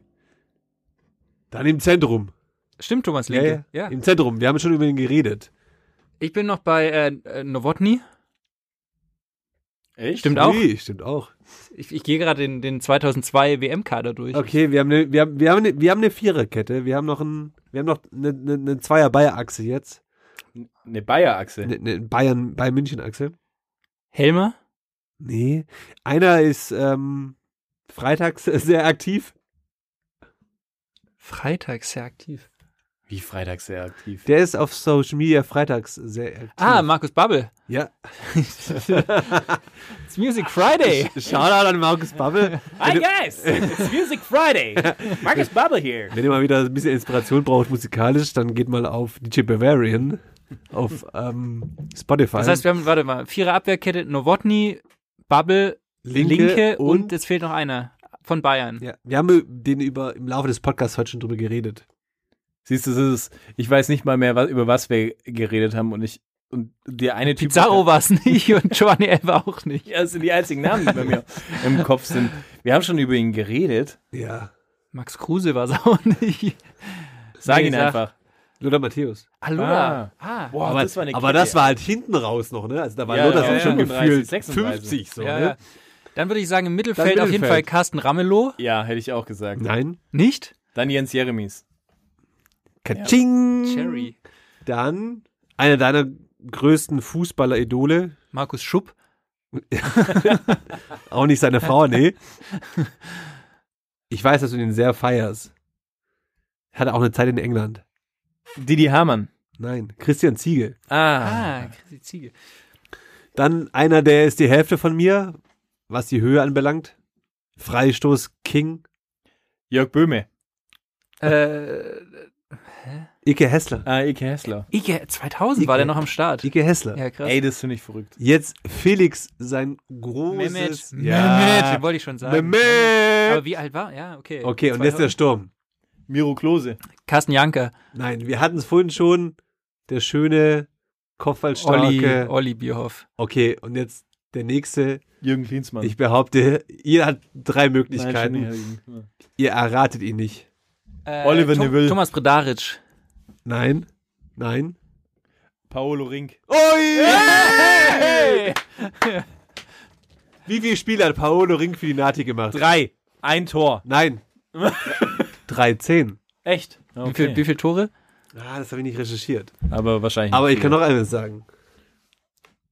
Dann im Zentrum. Stimmt, Thomas Linke. Ja, Im Zentrum. Wir haben schon über ihn geredet. Ich bin noch bei äh, äh, Nowotny. Echt? Stimmt auch. Ui, stimmt auch. Ich, ich gehe gerade den, den 2002 WM-Kader durch. Okay, wir haben eine, wir haben, wir haben eine, wir haben eine Viererkette. Wir haben noch ein, wir haben noch eine, eine, eine Zweier-Bayer-Achse jetzt. Eine Bayer-Achse. Eine, eine Bayern, Bayern-München-Achse. Helmer? Nee. Einer ist ähm, freitags [laughs] sehr aktiv. Freitags sehr aktiv. Wie freitags sehr aktiv. Der ist auf Social Media freitags sehr aktiv. Ah, Markus Babbel. ja. It's Music Friday. Shoutout an Markus Babbel. Hi guys, it's Music Friday. Marcus Bubble here. [laughs] Wenn ihr mal wieder ein bisschen Inspiration braucht musikalisch, dann geht mal auf DJ Bavarian auf ähm, Spotify. Das heißt, wir haben, warte mal, Vierer Abwehrkette, Nowotny, Babbel, Linke, und, und- es fehlt noch einer von Bayern. ja, wir haben den über im Laufe des Podcasts heute schon drüber geredet. Siehst du, es ist, ich weiß nicht mal mehr, was, über was wir geredet haben und ich, und der eine Typ. Pizarro war es nicht [laughs] und Giovanni Elber auch nicht. [laughs] Ja, das sind die einzigen Namen, die bei mir im Kopf sind. Wir haben schon über ihn geredet. Ja. Max Kruse war es auch nicht. Sag Nee, ihn sag- einfach. Lothar Matthäus. Hallo. Ah. Ah. Boah, aber das war eine aber Kette. das war halt hinten raus noch, ne? Also da war Ja, Lothar ja, ja. sind schon 35, gefühlt 36. 50 so, Ja, ne? ja. Dann würde ich sagen, im Mittelfeld, auf jeden Mittelfeld. Fall Carsten Ramelow. Ja, hätte ich auch gesagt. Nein. Nicht? Dann Jens Jeremies. Kaching. Cherry. Dann einer deiner größten Fußballer-Idole. Markus Schupp. Auch nicht seine Frau, nee. Ich weiß, dass du den sehr feierst. Hatte auch eine Zeit in England. Didi Hamann. Nein, Christian Ziegel. Ah. Ah, Chrissy Ziege. Dann einer, der ist die Hälfte von mir, was die Höhe anbelangt. Freistoß King. Jörg Böhme. Äh, Ike Hessler. Ah, Ike Hessler. Ike, 2000 war der noch am Start. Ike Hessler. Ja, krass. Ey, das finde ich verrückt. Jetzt Felix, sein großes. Mehmet. Ja. Mehmet, wollte ich schon sagen. Mehmet. Aber wie alt war? Ja, okay. Okay, und jetzt der Sturm. Miro Klose. Carsten Janker. Nein, wir hatten es vorhin schon. Der schöne Olli, Kopfballstarke. Olli Bierhoff. Okay, und jetzt der nächste. Jürgen Klinsmann. Ich behaupte, ihr hat drei Nein, Möglichkeiten. schon nicht. ihr erratet ihn nicht. Äh, Oliver Neville. Thomas Bredaric. Nein. Nein. Paolo Rink. Ui! Wie viele Spiele hat Paolo Ring für die Nati gemacht? Drei. Ein Tor. [laughs] Nein. 13. Echt? Wie, viel, wie viele Tore? Ah, das habe ich nicht recherchiert. Aber wahrscheinlich. Aber ich kann noch eines sagen.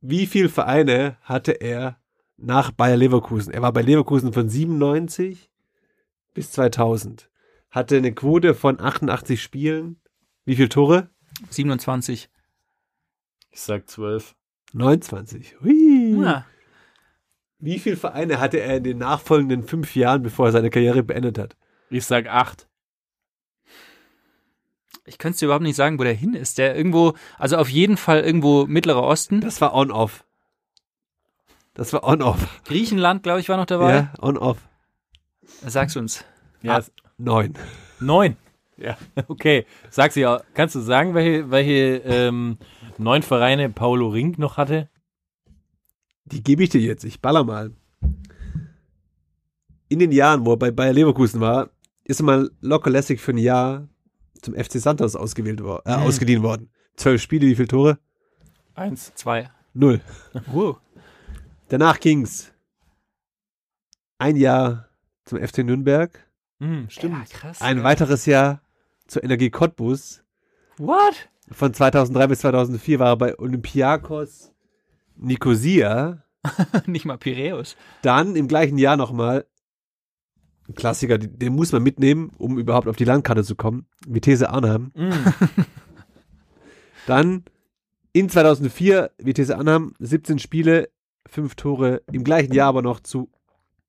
Wie viele Vereine hatte er nach Bayer Leverkusen? Er war bei Leverkusen von 97 bis 2000. Hatte eine Quote von 88 Spielen. Wie viele Tore? 27. ich sag zwölf. 29. Hui. Ja. Wie viele Vereine hatte er in den nachfolgenden fünf Jahren, bevor er seine Karriere beendet hat? Ich sag acht. Ich könnte es dir überhaupt nicht sagen, wo der hin ist. Der irgendwo, also auf jeden Fall irgendwo Mittlerer Osten. Das war on-off. Das war on-off. Griechenland, glaube ich, war noch dabei. Ja, on-off. Sag's uns. [laughs] Ja. Ah. Neun. Neun. Ja. [laughs] Okay. Sag sie auch. Kannst du sagen, welche, welche ähm, neun Vereine Paulo Rink noch hatte. Die gebe ich dir jetzt. Ich baller mal. In den Jahren, wo er bei Bayer Leverkusen war, ist er mal locker lässig für ein Jahr zum FC Santos ausgewählt wor äh, ausgeliehen worden. Zwölf Spiele, wie viele Tore? Eins, zwei. Null. Wow. Danach ging's ein Jahr zum FC Nürnberg, Hm, stimmt. Ja, krass. ein weiteres Jahr zur Energie Cottbus. What? Von 2003 bis 2004 war er bei Olympiakos Nicosia. Nicht mal Piräus. Dann im gleichen Jahr nochmal ein Klassiker, den- den [laughs] muss man mitnehmen, um überhaupt auf die Landkarte zu kommen. Vitesse Arnhem. [laughs] Dann in 2004 Vitesse Arnhem, 17 Spiele, 5 Tore. Im gleichen Jahr aber noch zu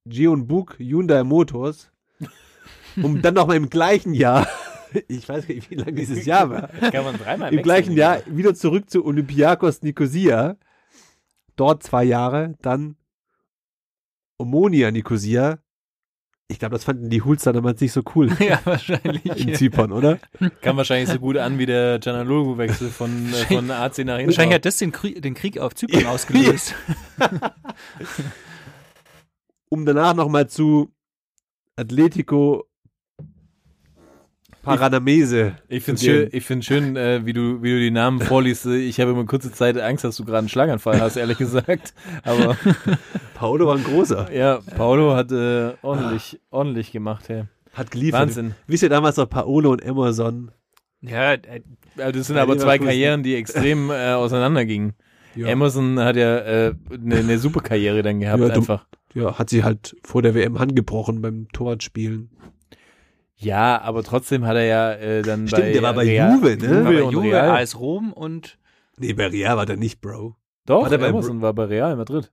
Jeon Buk Hyundai Motors. Um dann nochmal im gleichen Jahr, ich weiß gar nicht, wie lange dieses Jahr war, Kann man dreimal im gleichen Jahr wieder zurück zu Olympiakos Nicosia. Dort zwei Jahre, dann Omonia Nicosia. Ich glaube, das fanden die Hulster damals nicht so cool ja, in wahrscheinlich. Zypern, [laughs] oder? Kam wahrscheinlich so gut an wie der Gianluigi-Wechsel von, äh, von AC nach Inter. [laughs] Wahrscheinlich hat das den, Krie den Krieg auf Zypern ausgelöst. Um danach nochmal zu Atletico Paranamese. Ich finde zu gehen. schön, ich find's schön äh, wie, du, wie du die Namen vorliest. Ich habe immer kurze Zeit Angst, dass du gerade einen Schlaganfall hast, ehrlich gesagt. Aber Paolo war ein großer. ja, Paolo hat äh, ordentlich, ordentlich gemacht, hey. Hat geliefert. Wahnsinn. Wisst ihr damals noch Paolo und Emerson? ja, äh, Also das sind Bei aber zwei Leverkusen. Karrieren, die extrem äh, auseinandergingen. Emerson hat ja eine äh, ne ne super Karriere dann gehabt, Ja, du- einfach. Ja, hat sie halt vor der WM handgebrochen beim Torwartspielen. Ja, aber trotzdem hat er ja äh, dann bei, Stimmt, der war bei Real, Juve, ne? war bei und Juve, Real. AS Rom und Nee, bei Real war der nicht, Bro. Doch, War der bei Emerson war bei Real Madrid.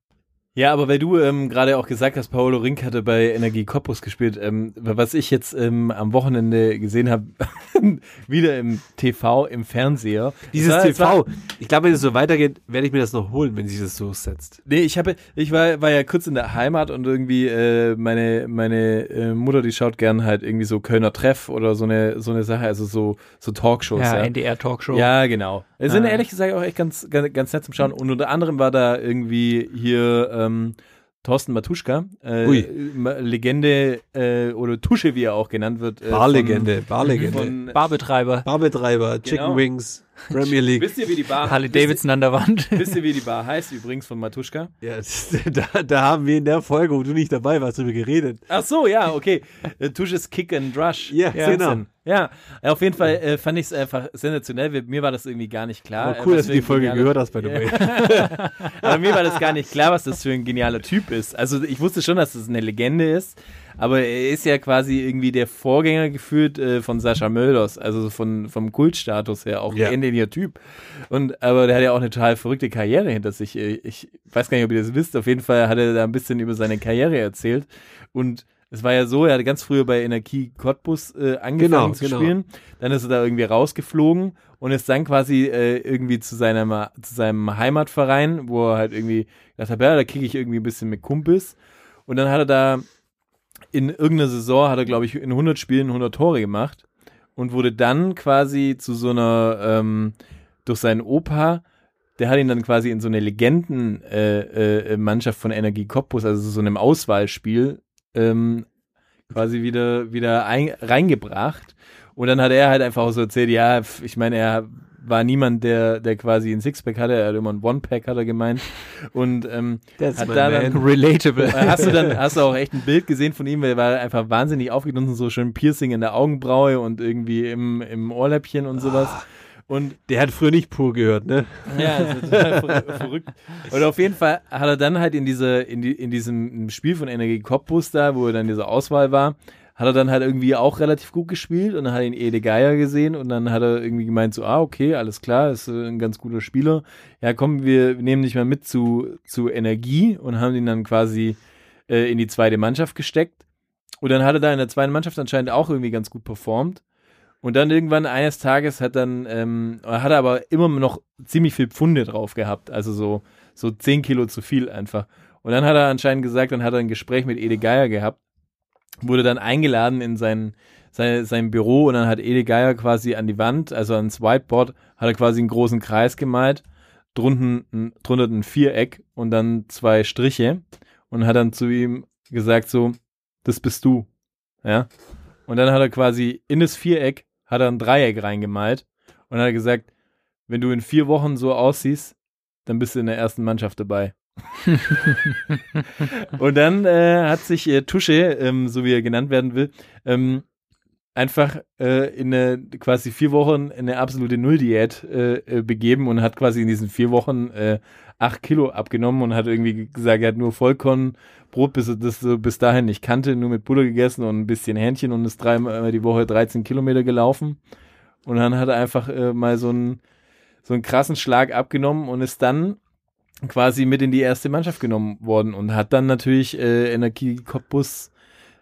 Ja, aber weil du ähm, gerade auch gesagt hast, Paolo Rink hatte bei Energie Cottbus gespielt, ähm, was ich jetzt ähm, am Wochenende gesehen habe, [laughs] wieder im TV, im Fernseher. Dieses Es war- es war- TV. Ich glaube, wenn es so weitergeht, werde ich mir das noch holen, wenn sich das so setzt. Nee, ich habe, ich war, war ja kurz in der Heimat und irgendwie äh, meine meine äh, Mutter, die schaut gern halt irgendwie so Kölner Treff oder so eine so eine Sache, also so so Talkshows. ja, Ja, NDR-Talkshow. ja genau. Es sind Ah. ehrlich gesagt auch echt ganz, ganz ganz nett zum Schauen und unter anderem war da irgendwie hier ähm, Thorsten Matuschka, äh, Ui. Ma- Legende äh, oder Tusche, wie er auch genannt wird. Äh, Barlegende, Barlegende. Von, von, [laughs] Barbetreiber, Barbetreiber, Chicken Genau. Wings, Premier League. wisst ihr, wie die Bar? Harley wisst ihr- Davidson an der [laughs] Wand. Wisst ihr, wie die Bar heißt übrigens von Matuschka? Ja, [laughs] das- da, da haben wir in der Folge, wo du nicht dabei warst, drüber geredet. Ach so, ja, okay. Äh, Tusches Kick and Rush. Ja, genau. Wahnsinn. Ja, auf jeden Fall äh, fand ich es einfach sensationell. Wir- Mir war das irgendwie gar nicht klar. Aber cool, äh, was dass du die für ein Folge genialer- gehört hast, by the [laughs] way. Aber mir war das gar nicht klar, was das für ein genialer Typ ist. Also ich wusste schon, dass das eine Legende ist, aber er ist ja quasi irgendwie der Vorgänger geführt äh, von Sascha Mölders, also von, vom Kultstatus her auch Ja. ein ähnlicher Typ. Und aber der hat ja auch eine total verrückte Karriere hinter sich. Äh, Ich weiß gar nicht, ob ihr das wisst. Auf jeden Fall hat er da ein bisschen über seine Karriere erzählt und es war ja so, er hatte ganz früher bei Energie Cottbus äh, angefangen Genau, zu genau. spielen. Dann ist er da irgendwie rausgeflogen und ist dann quasi äh, irgendwie zu seinem, zu seinem Heimatverein, wo er halt irgendwie gedacht hat, ja, da kriege ich irgendwie ein bisschen mit Kumpels. Und dann hat er da in irgendeiner Saison, hat er glaube ich in 100 Spielen 100 Tore gemacht und wurde dann quasi zu so einer, ähm, durch seinen Opa, der hat ihn dann quasi in so eine Legendenmannschaft äh, äh, Mannschaft von Energie Cottbus, also so einem Auswahlspiel, ähm, quasi wieder, wieder ein, reingebracht. Und dann hat er halt einfach auch so erzählt, ja, pf, ich meine, er war niemand, der, der quasi ein Sixpack hatte, er hat immer ein One-Pack, hat er gemeint. Und ähm, hat da dann, Relatable. äh, Hast du dann hast du auch echt ein Bild gesehen von ihm, weil er war einfach wahnsinnig aufgedunsen, so schön Piercing in der Augenbraue und irgendwie im, im Ohrläppchen und sowas. Und Der hat früher nicht pur gehört, ne? ja, also total ver verrückt. Und auf jeden Fall hat er dann halt in diese, in die, in diesem Spiel von Energie Cottbus da, wo er dann diese Auswahl war, hat er dann halt irgendwie auch relativ gut gespielt und dann hat ihn Ede Geier gesehen und dann hat er irgendwie gemeint so, ah, okay, alles klar, ist äh, ein ganz guter Spieler. Ja, komm, wir nehmen dich mal mit zu, zu Energie und haben ihn dann quasi äh, in die zweite Mannschaft gesteckt. Und dann hat er da in der zweiten Mannschaft anscheinend auch irgendwie ganz gut performt. Und dann irgendwann eines Tages hat dann, ähm, er hat aber immer noch ziemlich viel Pfunde drauf gehabt, also so, so 10 Kilo zu viel einfach. Und dann hat er anscheinend gesagt, dann hat er ein Gespräch mit Ede Geier gehabt, wurde dann eingeladen in sein, seine, sein Büro und dann hat Ede Geier quasi an die Wand, also ans Whiteboard, hat er quasi einen großen Kreis gemalt, drunten, ein- drunter ein Viereck und dann zwei Striche und hat dann zu ihm gesagt so, das bist du. Ja. Und dann hat er quasi in das Viereck, hat er ein Dreieck reingemalt und hat gesagt, wenn du in vier Wochen so aussiehst, dann bist du in der ersten Mannschaft dabei. und dann äh, hat sich äh, Tusche, ähm, so wie er genannt werden will, ähm, einfach äh, in eine, quasi vier Wochen in eine absolute Nulldiät äh, äh, begeben und hat quasi in diesen vier Wochen äh, acht Kilo abgenommen und hat irgendwie gesagt, er hat nur Vollkornbrot, bis er das so bis dahin nicht kannte, nur mit Butter gegessen und ein bisschen Hähnchen und ist dreimal die Woche 13 Kilometer gelaufen. Und dann hat er einfach äh, mal so einen, so einen krassen Schlag abgenommen und ist dann quasi mit in die erste Mannschaft genommen worden und hat dann natürlich äh, Energie Cottbus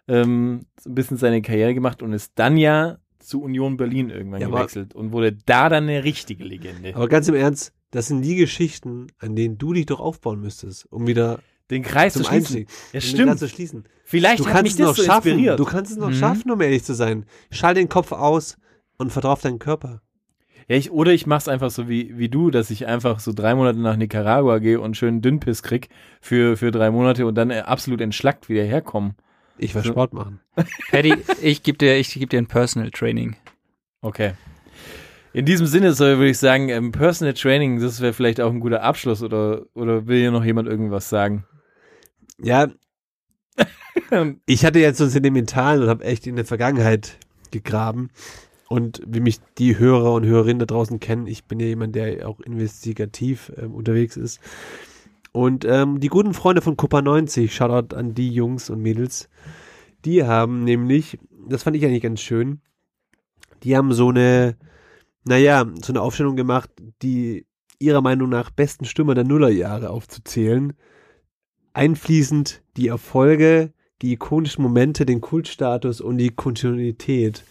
ähm, so ein bisschen seine Karriere gemacht und ist dann ja zu Union Berlin irgendwann Ja, aber- gewechselt und wurde da dann eine richtige Legende. Aber ganz im Ernst, das sind die Geschichten, an denen du dich doch aufbauen müsstest, um wieder den Kreis zum zu schließen. Einstieg, Ja, um den stimmt. Kreis zu schließen. Vielleicht du hat kannst mich es das noch so schaffen. inspiriert. Du kannst es noch Mhm. schaffen, um ehrlich zu sein. Schall den Kopf aus und verdrauf deinen Körper. Ja, ich, oder ich mach's einfach so wie, wie du, dass ich einfach so drei Monate nach Nicaragua gehe und schön Dünnpiss krieg für, für drei Monate und dann äh, absolut entschlackt wieder herkomme. Ich will So. Sport machen. Paddy, ich gebe dir, ich geb dir ein Personal Training. Okay. In diesem Sinne soll, würde ich sagen, ähm, Personal Training, das wäre vielleicht auch ein guter Abschluss oder, oder will hier noch jemand irgendwas sagen? Ja. [laughs] ich hatte jetzt so einen sedimentalen und habe echt in der Vergangenheit gegraben. Und wie mich die Hörer und Hörerinnen da draußen kennen, ich bin ja jemand, der auch investigativ ähm, unterwegs ist. Und ähm, die guten Freunde von Copa 90, Shoutout an die Jungs und Mädels, die haben nämlich, das fand ich eigentlich ganz schön, die haben so eine, naja, so eine Aufstellung gemacht, die ihrer Meinung nach besten Stürmer der Nullerjahre aufzuzählen einfließend die Erfolge, die ikonischen Momente, den Kultstatus und die Kontinuität.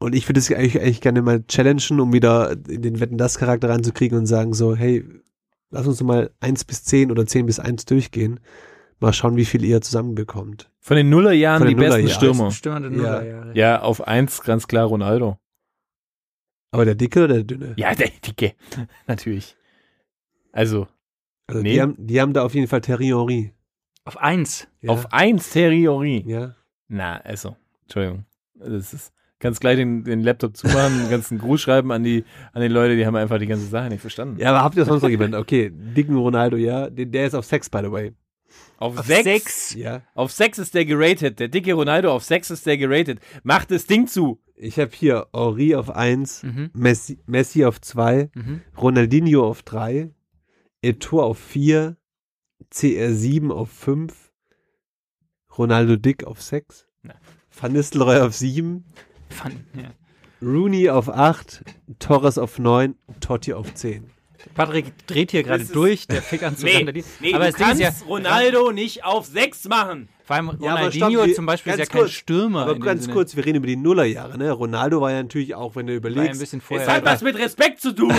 Und ich würde es eigentlich, eigentlich gerne mal challengen, um wieder in den Wetten das Charakter reinzukriegen und sagen so, hey, lass uns doch mal 1 bis 10 oder 10 bis 1 durchgehen. Mal schauen, wie viel ihr zusammenbekommt. Von den Nullerjahren Von die den besten Nullerjahren. Stürmer. Stürmer der Ja. Nullerjahre. Ja, auf eins ganz klar Ronaldo. Aber der dicke oder der dünne? Ja, [laughs] der Dicke. Natürlich. Also, Also nee. die, haben, die haben da auf jeden Fall Thierry Henry. Auf eins. Ja. auf eins Theorie. ja. Na, also, Entschuldigung. Das ist, kannst gleich den, den Laptop zumachen, den ganzen Gruß schreiben an die, an die Leute, die haben einfach die ganze Sache nicht verstanden. ja, aber habt ihr [laughs] sonst noch jemanden? Okay, dicken Ronaldo, ja. Der, der ist auf Sex, by the way. Auf, sechs, Ja. Auf sechs ist der geratet. Der dicke Ronaldo auf sechs ist der geratet. Macht das Ding zu. Ich habe hier Henri auf 1, Mhm. Messi, Messi auf 2, Mhm. Ronaldinho auf 3, Etour auf 4, CR7 auf 5, Ronaldo Dick auf 6, Van Nistelrooy auf 7, Fun. Ja. Rooney auf 8, Torres auf 9, Totti auf 10. Patrick dreht hier gerade Das ist- durch, der fickt [laughs] an zu Nee, nee Aber aber das du Ding ist kannst ja, Ronaldo nicht auf sechs machen. vor allem Ja, aber Ronaldinho stopp, wir- zum Beispiel ist ja ganz kein kurz, Stürmer. Aber in dem ganz Sinne. kurz, wir reden über die Nullerjahre, ne? Ronaldo war ja natürlich auch, wenn du War ja ein überlegst, [laughs] bisschen Es vorher. hat was mit Respekt zu tun.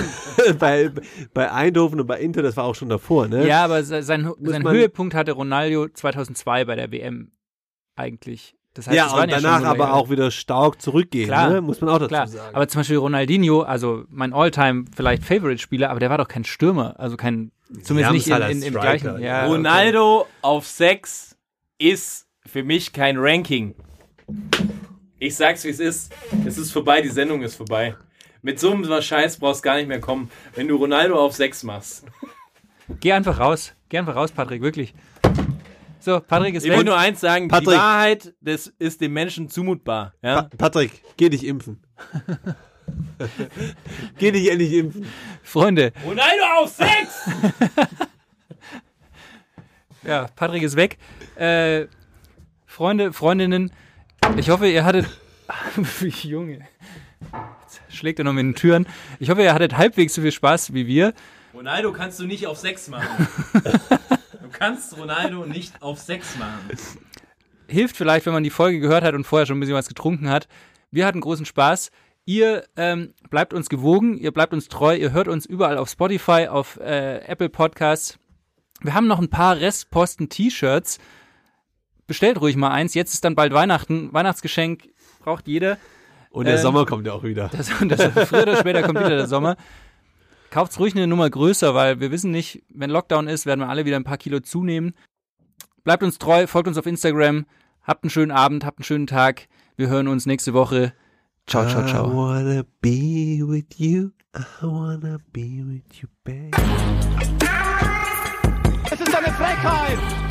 bei, bei Eindhoven und bei Inter, das war auch schon davor, ne? ja, aber se- sein, sein man- Höhepunkt hatte Ronaldo 2002 bei der WM eigentlich. Das heißt, es Also ja, waren und danach schon aber Nullerjahre. auch wieder stark zurückgehen, Klar. ne? muss man auch dazu Klar, sagen. aber zum Beispiel Ronaldinho, also mein Alltime vielleicht Favorite-Spieler, aber der war doch kein Stürmer, also kein, zumindest haben's nicht in, halt als in, im Striker, gleichen. ja. Ja, okay. Ronaldo auf 6 ist für mich kein Ranking. Ich sag's wie es ist. Es ist vorbei, die Sendung ist vorbei. Mit so einem Scheiß brauchst gar nicht mehr kommen, wenn du Ronaldo auf 6 machst. Geh einfach raus, geh einfach raus, Patrick, wirklich. So, Patrick ist Ich will weg. nur eins sagen, die Patrick. Wahrheit das ist dem Menschen zumutbar. Ja? Pa Patrick, geh dich [laughs] impfen. geh dich endlich impfen. Freunde, Ronaldo auf 6! ja, Patrick ist weg. Äh, Freunde, Freundinnen, ich hoffe, ihr hattet. [laughs] Wie Junge. Jetzt schlägt er noch mit den Türen. Ich hoffe, ihr hattet halbwegs so viel Spaß wie wir. Ronaldo kannst du nicht auf 6 machen. [laughs] Du kannst Ronaldo nicht auf 6 machen. hilft vielleicht, wenn man die Folge gehört hat und vorher schon ein bisschen was getrunken hat. Wir hatten großen Spaß. Ihr ähm, bleibt uns gewogen, ihr bleibt uns treu, ihr hört uns überall auf Spotify, auf äh, Apple Podcasts. Wir haben noch ein paar Restposten-T-Shirts. Bestellt ruhig mal eins. Jetzt ist dann bald Weihnachten, Weihnachtsgeschenk. braucht jeder. Und der Ähm, Sommer kommt ja auch wieder. Das, das, früher oder später kommt wieder der Sommer. Kauft's ruhig eine Nummer größer, weil wir wissen nicht, wenn Lockdown ist, werden wir alle wieder ein paar Kilo zunehmen. Bleibt uns treu, folgt uns auf Instagram. Habt einen schönen Abend, habt einen schönen Tag. Wir hören uns nächste Woche. Ciao, ciao, ciao. I wanna be with you. I wanna be with you, babe. Es ist eine Frechheit!